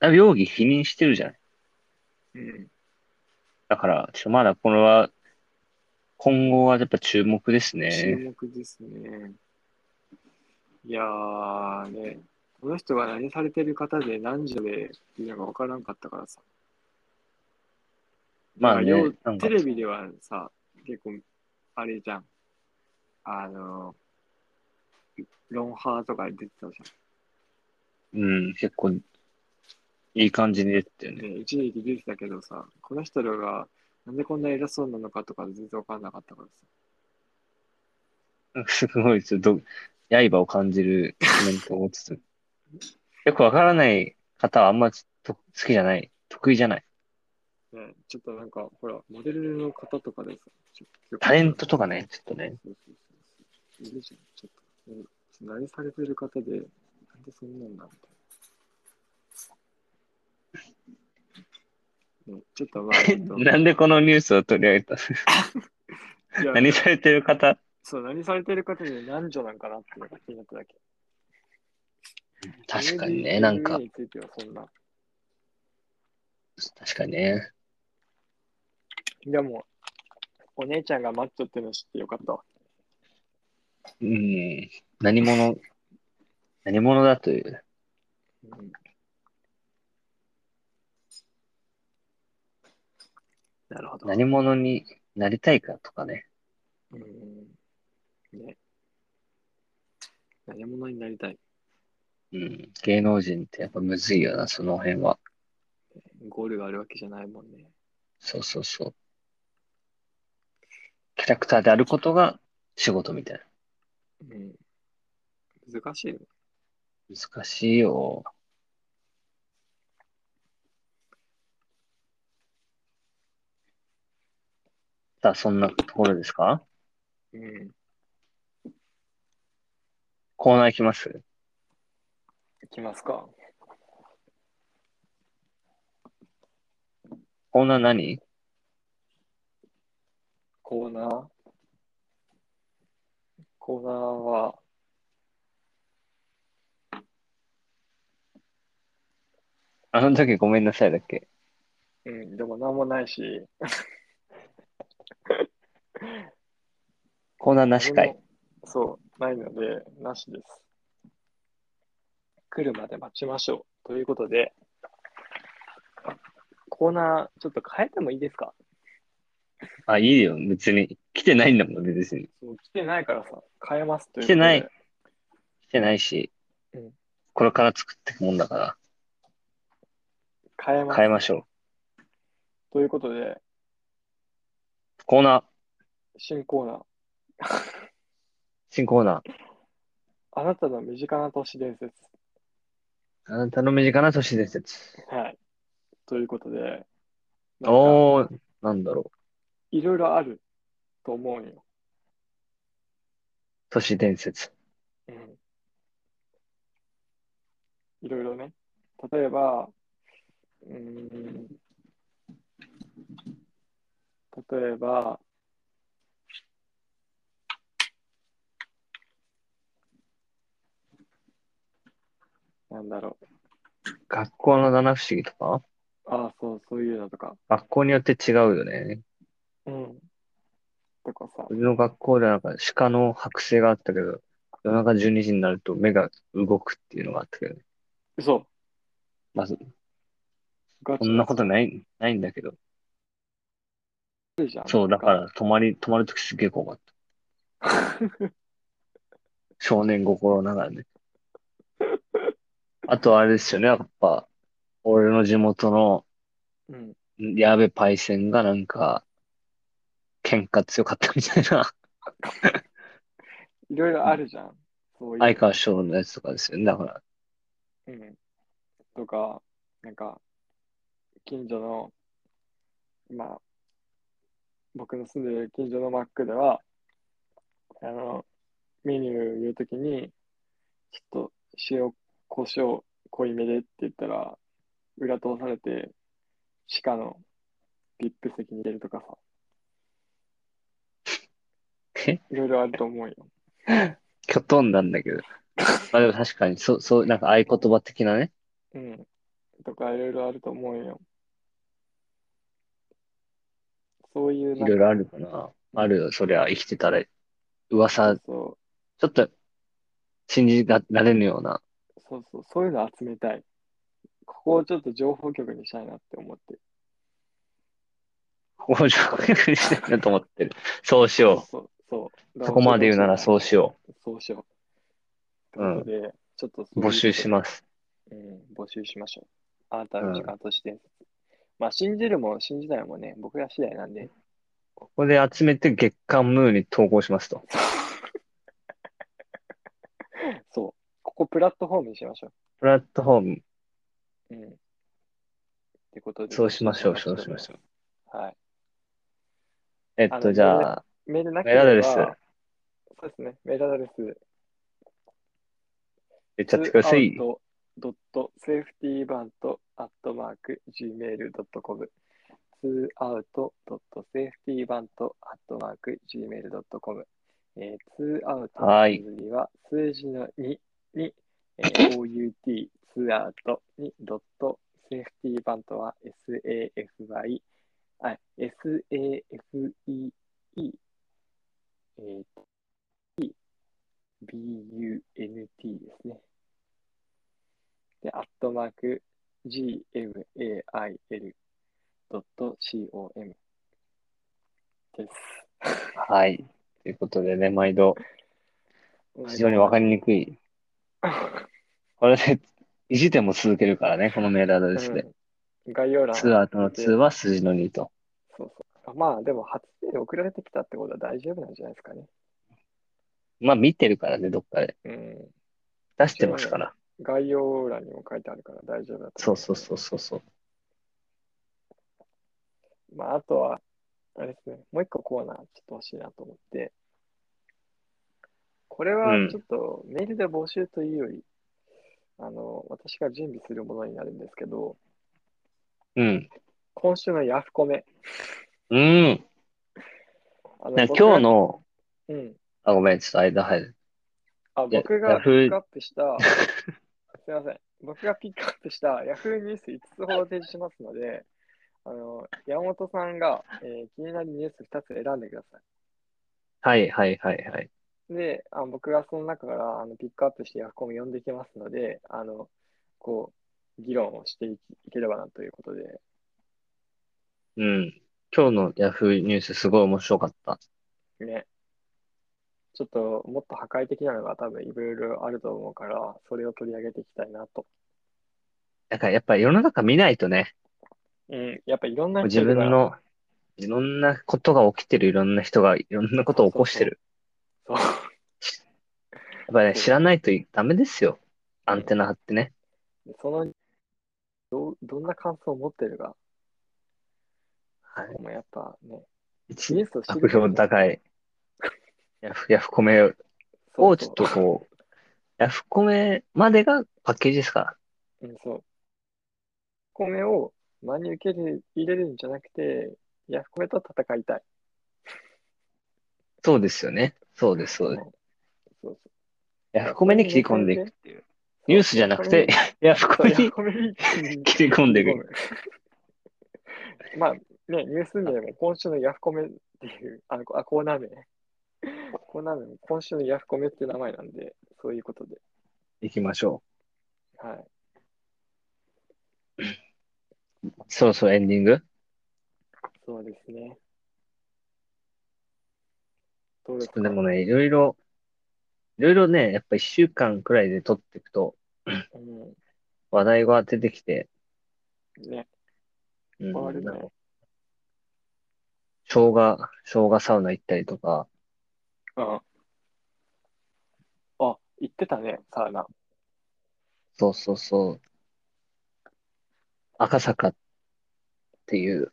あ容疑否認してるじゃない。うん。だから、ちょっとまだこれは、今後はやっぱ注目です注ね。目ですね。いやーね、この人が何されてる方で何時でっていうのが分からんかったからさ。まあねなんかよう、なんかテ、レビではさ、結構、あれじゃん。あの、ロンハーとか出てたじうん、結構、いい感じに出てたよゃん。ね。ね、一時期出てたけどさ、この人らが、なんでこんな偉そうなのかとか全然分かんなかったからさ。なんかすごい、ちょっと、刃を感じるコメントを持つつ。よくわからない方はあんまちょっと好きじゃない。得意じゃない。ね、ちょっとなんか、ほら、モデルの方とかでさ、ちょタレントとかね、ちょっとね。そうそうそうそういるじゃん、ちょっと。うん何されてる方で、なんでそんなんなんみたいな。ね、ちょっとまあ、えっと なんでこのニュースを取り上げたいや何されてる方そう、何されてる方で男女なんかなっていうのが気になっただけ。確かにね、なんか LGBT、についてはそんな。確かにね。でも、お姉ちゃんがマッチョっていうの知ってよかったわ。うん。何者、何者だという。うんなるほど。何者になりたいかとかね。うん。ね。何者になりたい。うん。芸能人ってやっぱむずいよな、その辺は。ゴールがあるわけじゃないもんね。そうそうそう。キャラクターであることが仕事みたいな。うん。難しいよ。難しいよ。さあ、そんなところですかうん。コーナーいきますいきますか。コーナー何コーナー。コーナーは、あの時ごめんなさいだっけうん、でも何もないし。コーナーなしかい何。もそう、ないので、なしです。来るまで待ちましょう。ということで、コーナー、ちょっと変えてもいいですかあ、いいよ。別に。来てないんだもんね、別に。そう来てないからさ、変えますという来てない。来てないしうん。これから作っていくもんだか変えまら。す。変えましょう。ということで、コーナー。新コーナー、新コーナあなたの身近な都市伝説。ー。あなたの身近な都市伝説。はい。ということで、なんかおー、なんだろう。いろいろあると思うんよ。都市伝説。うんいろいろね。例えば、うーん。例えば、なんだろう。学校の七不思議とかああ、そう、そういうのとか。学校によって違うよね。うん。とかさう。ちの学校ではなんか鹿の剥製があったけど、夜中12時になると目が動くっていうのがあったけどね。嘘。まあ、そガチそんなことない、ないんだけど。あるじゃん。そう、だか。ら泊まり、泊まるときすげえ怖かった。少年心ながらね。あとあれですよね、やっぱ、俺の地元のうん。やべパイセンがなんか、喧嘩強かったみたいな、いろいろあるじゃん。そういうの。相川翔のやつとかですよね。だから、うん。とか、なんか、近所の、まあ、僕の住んでる近所のマックでは、あの、メニュー言うときに、ちょっと塩、胡椒、濃いめでって言ったら、裏通されて、地下の VIP 席に入れるとかさ、えいろいろあると思うよ。きょとんだんだけど。まあでも確かに、そう、そう、なんか合言葉的なね。うん。とか、いろいろあると思うよ。そういう、いなんろいかろあるかな。あるよ、そりゃ、生きてたら、噂、ちそう。ょっと、信じられぬような。そうそう、そういうの集めたい。ここをちょっと情報局にしたいなって思って。工場にしたいなと思ってる。そうしよそう、そう。う。そこまで言うならう。そうしよそうしよう。うん。ということで、ちょっとそうういう募集します。うん、募集しましょう。あなたの時間として。まあ、信じるも信じないもね、僕ら次第なんで。ここで集めて月刊ムーに投稿しますと。そう。ここプラットフォームにしましょプラットフォーム、う。うん。ってことで。そうしましょうそうしましょう。はい。えっあと、のじゃあ、メールなけメーれルばアドレスそうですね。メールアドレス。言っちゃってください。ドットセーフティーバントアットマーク Gmail.com。ツーアウトドットセーフティーバントアットマーク Gmail.com。えー、ツーアウトはいの次は数字の2に、えー、OUT ツーアウトにドットセーフティーバントは SAFY、あ SAFEE、えー、BUNT ですね。で、アットマーク gmail.com です。はい。ということでね、毎度、非常にわかりにくい。これで、いじっても続けるからね、このメールアドレスで。うん概要欄。ツーアウトの2は数字の2と。そうそう。まあ、でも、初メール送られてきたってことは大丈夫なんじゃないですかね。まあ、見てるからね、どっかで。うん。出してますから。概要欄にも書いてあるから大丈夫だとそ思うそうそうそうそう。う。まあ、あとは、あれですね、もう一個コーナーちょっと欲しいなと思って、これはうんちょっとメールで募集というより、あの、私が準備するものになるんですけど、うん。今週のヤフコメ。うん。あなんか今日、の、僕がうん。あ、ごめん、ちょっと間入る。あ、や僕がヤピフッークアップした、 すいません。僕がピックアップした Yahoo ニュース5つほど提示しますので、あの、山本さんが、えー気になるニュース2つ選んでくださはいはいはいはい。い。で、あ僕がその中からあのピックアップしてヤフコメ読んでいきますので、あの、こう、議論をしていきいければなということで、うん。今日のヤフーニュースすごい面白かった。ね。ちょっと、もっと破壊的なのが多分いろいろあると思うから、それを取り上げていきたいなと。だからやっぱり世の中見ないとね、うん、やっぱいろんな人自いるから分の、いろんなことが起きてる、いろんな人がいろんなことを起こしてる。そう。やっぱりね、そう知らないとダメですよ。アンテナ張ってね。その、どう、どんな感想を持ってるか、はい。もうやっぱね、一ニュースを知悪る評高い。ヤフ、ヤフコメそをうちょそっうとこう、ヤフコメまでがパッケージですから。うん、そう。コメを真に受け入れるんじゃなくて、ヤフコメと戦いたい。そうですよね。そうです、そうです。んそうそうヤフコメに切り込んでいくっていう。ニュースじゃなくて、ヤフコそうメヤフにコメに切り込んでいく。込む まあね、ニュース名も今週のヤフコメっていう、あのあコーナー名。コーナー名も今週のヤフコメっていう名前なんで、そういうことで。行きましょはい。う。そろそろエンディングそうですね。どうですかでもね、いろいろ、いろいろね、やっぱ一週間くらいで撮っていくとう話題が出てきて、ん。ね。うん、あれねなんか生姜、生姜サウナ行ったりとか、うん。あ、行ってたね、サウナ。そうそうそう、赤坂っていう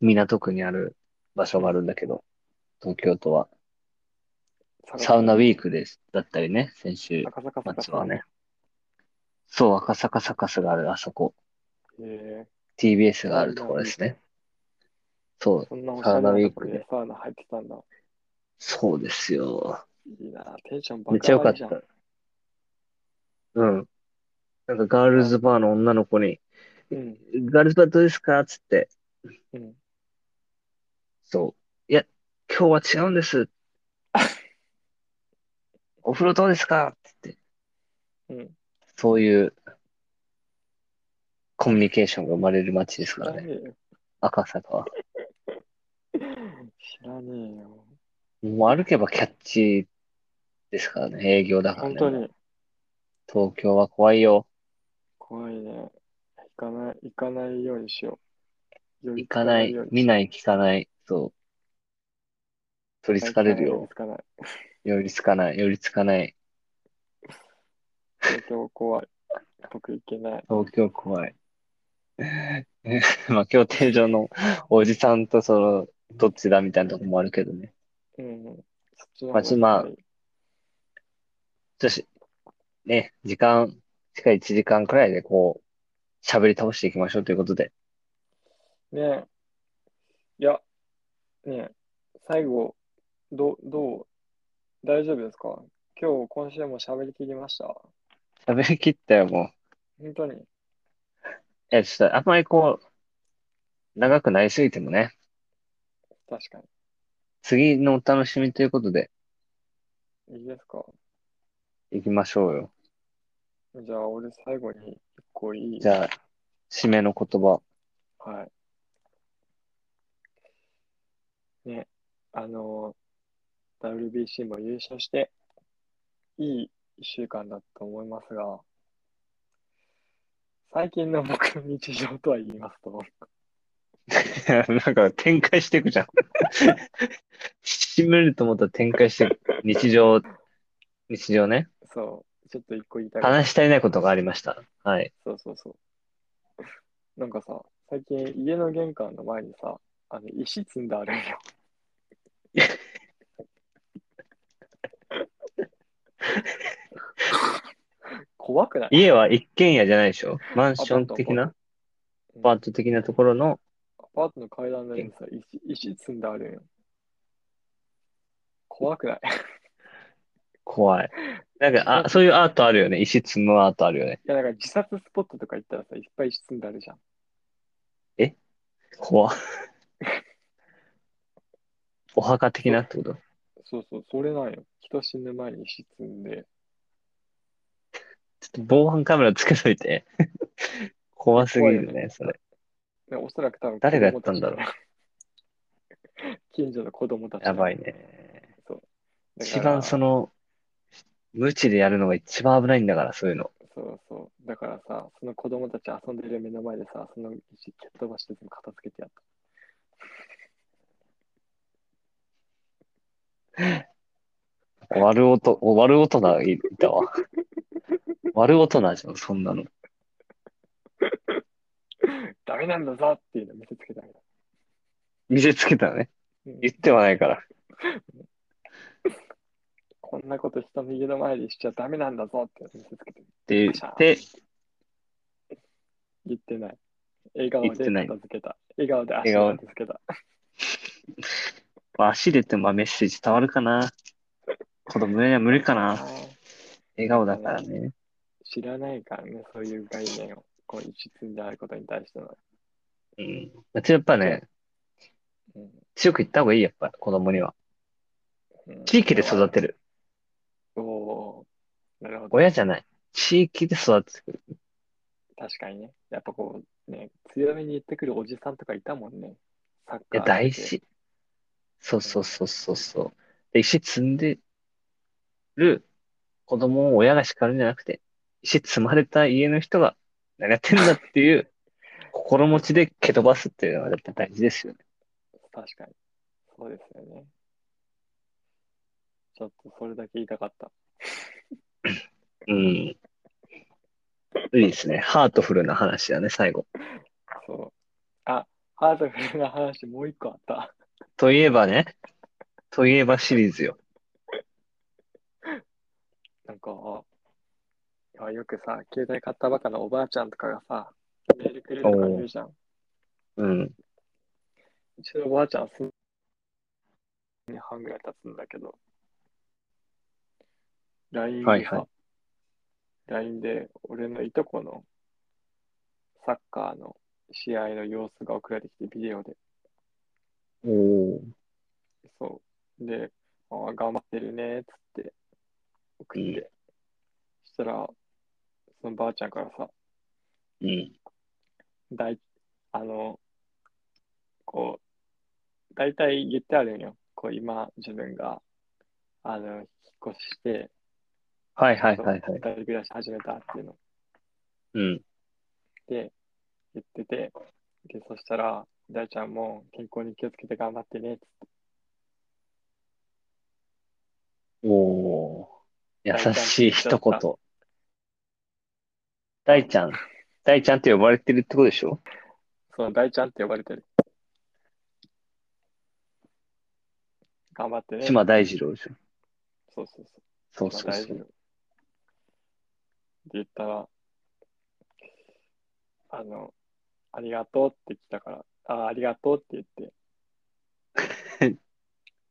港区にある場所があるんだけど、東京都は。サウナウィークです。だったりね、先週赤坂サカス末はね。。そう、赤坂サカスがある、あそこ。へえ TBS があるところですね。そう、そんなおしゃれサウナウィなーとこクろででサウナ入ってたんだ。そうですよ。いいな、テンション爆めっちゃ良かっ上がた。うん。なんかガールズバーの女の子に、りじゃん。ガールズバーどうですかつって、うん。うん。そう。いや、今日は違うんです。 お風呂どうですかつって、うん。そういうコミュニケーションが生まれる街です知かららね、ねえよ。赤坂は。知らねえよ。もう歩けばキャッチですからね、営業だから本ね。当に東京は怖いよ。怖いね。行かない、行かないようにしよう。より行かない、見いない、聞かない、そう。取りよう憑かれるよ。行かない。寄りつかない、寄りつかない。東京怖い。僕行けない。東京怖い。 まあ、競艇場のおじさんとその、どっちだみたいなとこもあるけどね。うん。そっちのまあちょまあ方がやっぱり女子、ね、時間、近い1時間くらいでこう、喋り倒していきましょうということで。ねえ。いや、ねえ、最後、ど、どう、大丈夫ですか今日、今週も喋りきりました。喋り切ったよ、もう。本当に。え、ちょっと、あんまりこう、長くなりすぎてもね、確か次のお楽しみということで、に。いいですか行きましょうよ。じゃあ、俺、最後に、一個いい。じゃあ、締めの言葉。はい。ね、あの、WBC も優勝して、いい一週間だと思いますが、最近の僕の日常とは言いますと、 なんか展開していくじゃん。 締めると思ったら展開していく。日常、日常ね。そう、ちょっと一個言いたい話し足りないことがありました。はい。そうそうそう。 なんかさ、最近家の玄関の前にさ、あの石積んであるんよ。怖くない家は一軒家じゃないでしょマンション的なアパアート的なところの、パートの階段の上にさ、石、石積んであるんよ。怖くない い怖い。なんか、あ、そういうアートあるよね。石積むアートあるよね。や、なんか自殺スポットとか行ったらさ、いっぱい石積んであるじゃん。怖い。 お墓的なってことそうそう、それなんよ。人死ぬ前に石積んで、ちょっと防犯カメラつけといて。 怖すぎるね、それ。ねおそらく多分誰がやったんだろう。近所の子供たち。やばい。いね。だ一から番その、無知でやるのが一番危ないんだから、そういうの。そうそう。だからさ、その子供たち遊んでる目の前でさ、その石蹴っ飛ばして全部片付けてやっ悪音、悪大人がい たわ。悪大人じゃん、そんなの。た。ダメなんだぞっていうの見せつけてあげた。見せつけたのね。うん言ってはないから。こんなこと人の家の前でしちゃダメなんだぞっていうの見せつけてって言って、言ってない。笑顔で言ってない片付けた。笑顔で足笑顔を片付けた。まあ足で言ってもまあメッセージ伝わるかな。子供には無理かあな。ー笑顔だからね。知らないからね、そういう概念を。こう、石積んであることに対しての。うん。うちやっぱね、うん強く言った方がいい、やっぱ子供には。うん地域で育てる。おおーなるほど。親じゃない。地域で育ててくる。確かにね。やっぱこう、ね、強めに言ってくるおじさんとかいたもんね。サッいカーや、って大事。そうそうそうそうそう。で、石積んでる子供を親が叱るんじゃなくて、石積まれた家の人が何やってんだっていう心持ちで蹴飛ばすっていうのがやっぱ大事ですよね。確かに。そうですよね。ちょっとそれだけ言いたかった。うん。いいですね。ハートフルな話だね、最後。そう。あ、ハートフルな話もう一個あった。 といえばね、といえばシリーズよ。なんか、あよくさ、携帯買ったばかのおばあちゃんとかがさ、メールくれるとか言うじゃん。うん。うちのおばあちゃんすん年半ぐらい経つんだけど、LINE でさ、はいはい LINE で俺のいとこのサッカーの試合の様子が送られてきて、ビデオで。おーそう。で、あー頑張ってるね、つって、送って。そしたら、そのばあちゃんからさ、うん。大、あの、こう、大体言ってあるんよ。こう、今、自分が、あの、引っ越しして、はいはいはいそうは二い。人暮らし始めたっていうのうん。で言ってて、で、そしたら、大ちゃんも健康に気をつけて頑張ってねっつって、おー。優しい一言。大ちゃん、大ちゃんって呼ばれてるってことでしょその大ちゃんって呼ばれてる。頑張ってね。島大二郎でしょそうそうそう。そうまあ大そうそ丈夫。うって言ったら、あの、ありがとうって来たから、あありがとうって言っ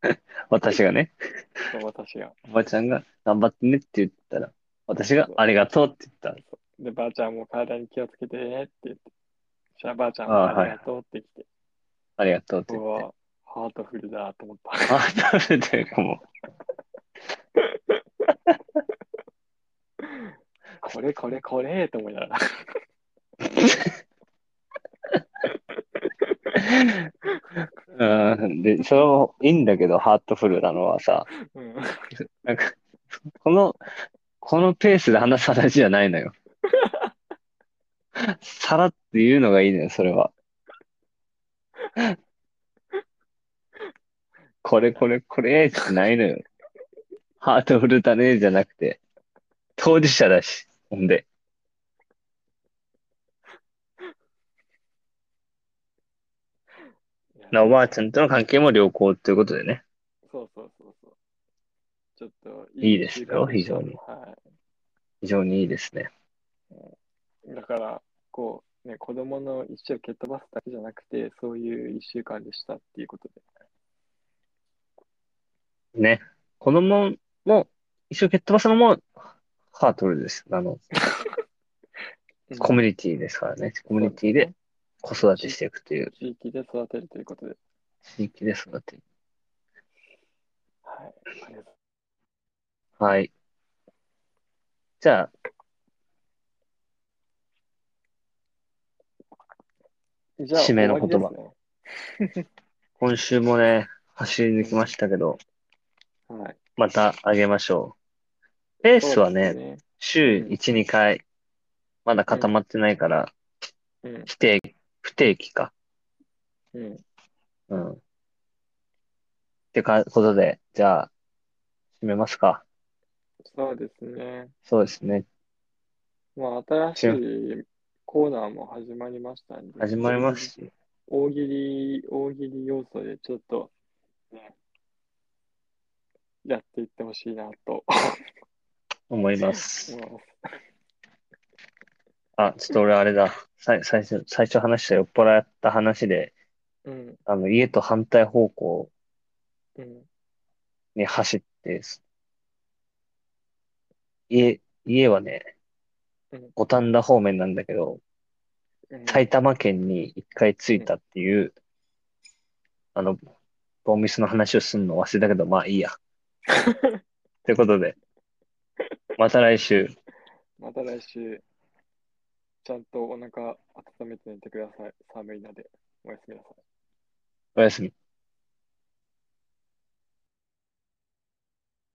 て、私がね、そう私が。おばちゃんが頑張ってねって言ったら、私がありがとうって言っで、ばあちゃんも体に気をつけてねって言って、そしたらばあちゃんあもあありがとうって来て、た。ありがとうって言うって。わ、ハートフルだと思った。 あ、食べてるかも。これこれこれと思いながら。うん。で、それもいいんだけど、ハートフルなのはさ、うん、なんか、この、このペースで話す話じゃないのよ。さらって言うのがいいのよ、それは。これこれこれじゃないのよ。ハートフルだねじゃなくて、当事者だし、ほんで。なおばあちゃんとの関係も良好ということでね。そうそうそうそう。ちょっといいですよ非常にはい。非常にいいですね。だから、こう、ね、子供の一生を蹴っ飛ばすだけじゃなくて、そういう一週間でしたっていうことで。ね。子供も一生蹴っ飛ばすのもハートフルです。あの、コミュニティですからね。コミュニティで子育てしていくという地域で育てるということで。地域で育てる。はい。ありがとうはい。じゃあ、じゃあ、締めの言葉終わりです今週もね、走り抜きましたけど、ねはい。また上げましょう。ペースはそうね、です週1、2回、まだ固まってないから、ね。不定、不定期か。うん。うん。うん。ってか、ことで、じゃあ、締めますか。そうですね。そうですね。まあ、新しいコーナーも始まりましたんで。始まります。し。大喜利、大喜利要素でちょっと、ね、やっていってほしいなと思います。思います。あ、ちょっと俺あれだ。さい最初、最初話した酔っ払った話で、うん。あの、家と反対方向うん。に走って、家、家はねうん、五反田方面なんだけど、うん埼玉県に一回着いたっていう、あの、ボンミスの話をするの忘れたけど、まあいい や。ということで、また来週。また来週、ちゃんとお腹温めて寝てください。寒いので、おやすみなさい。おやすみ。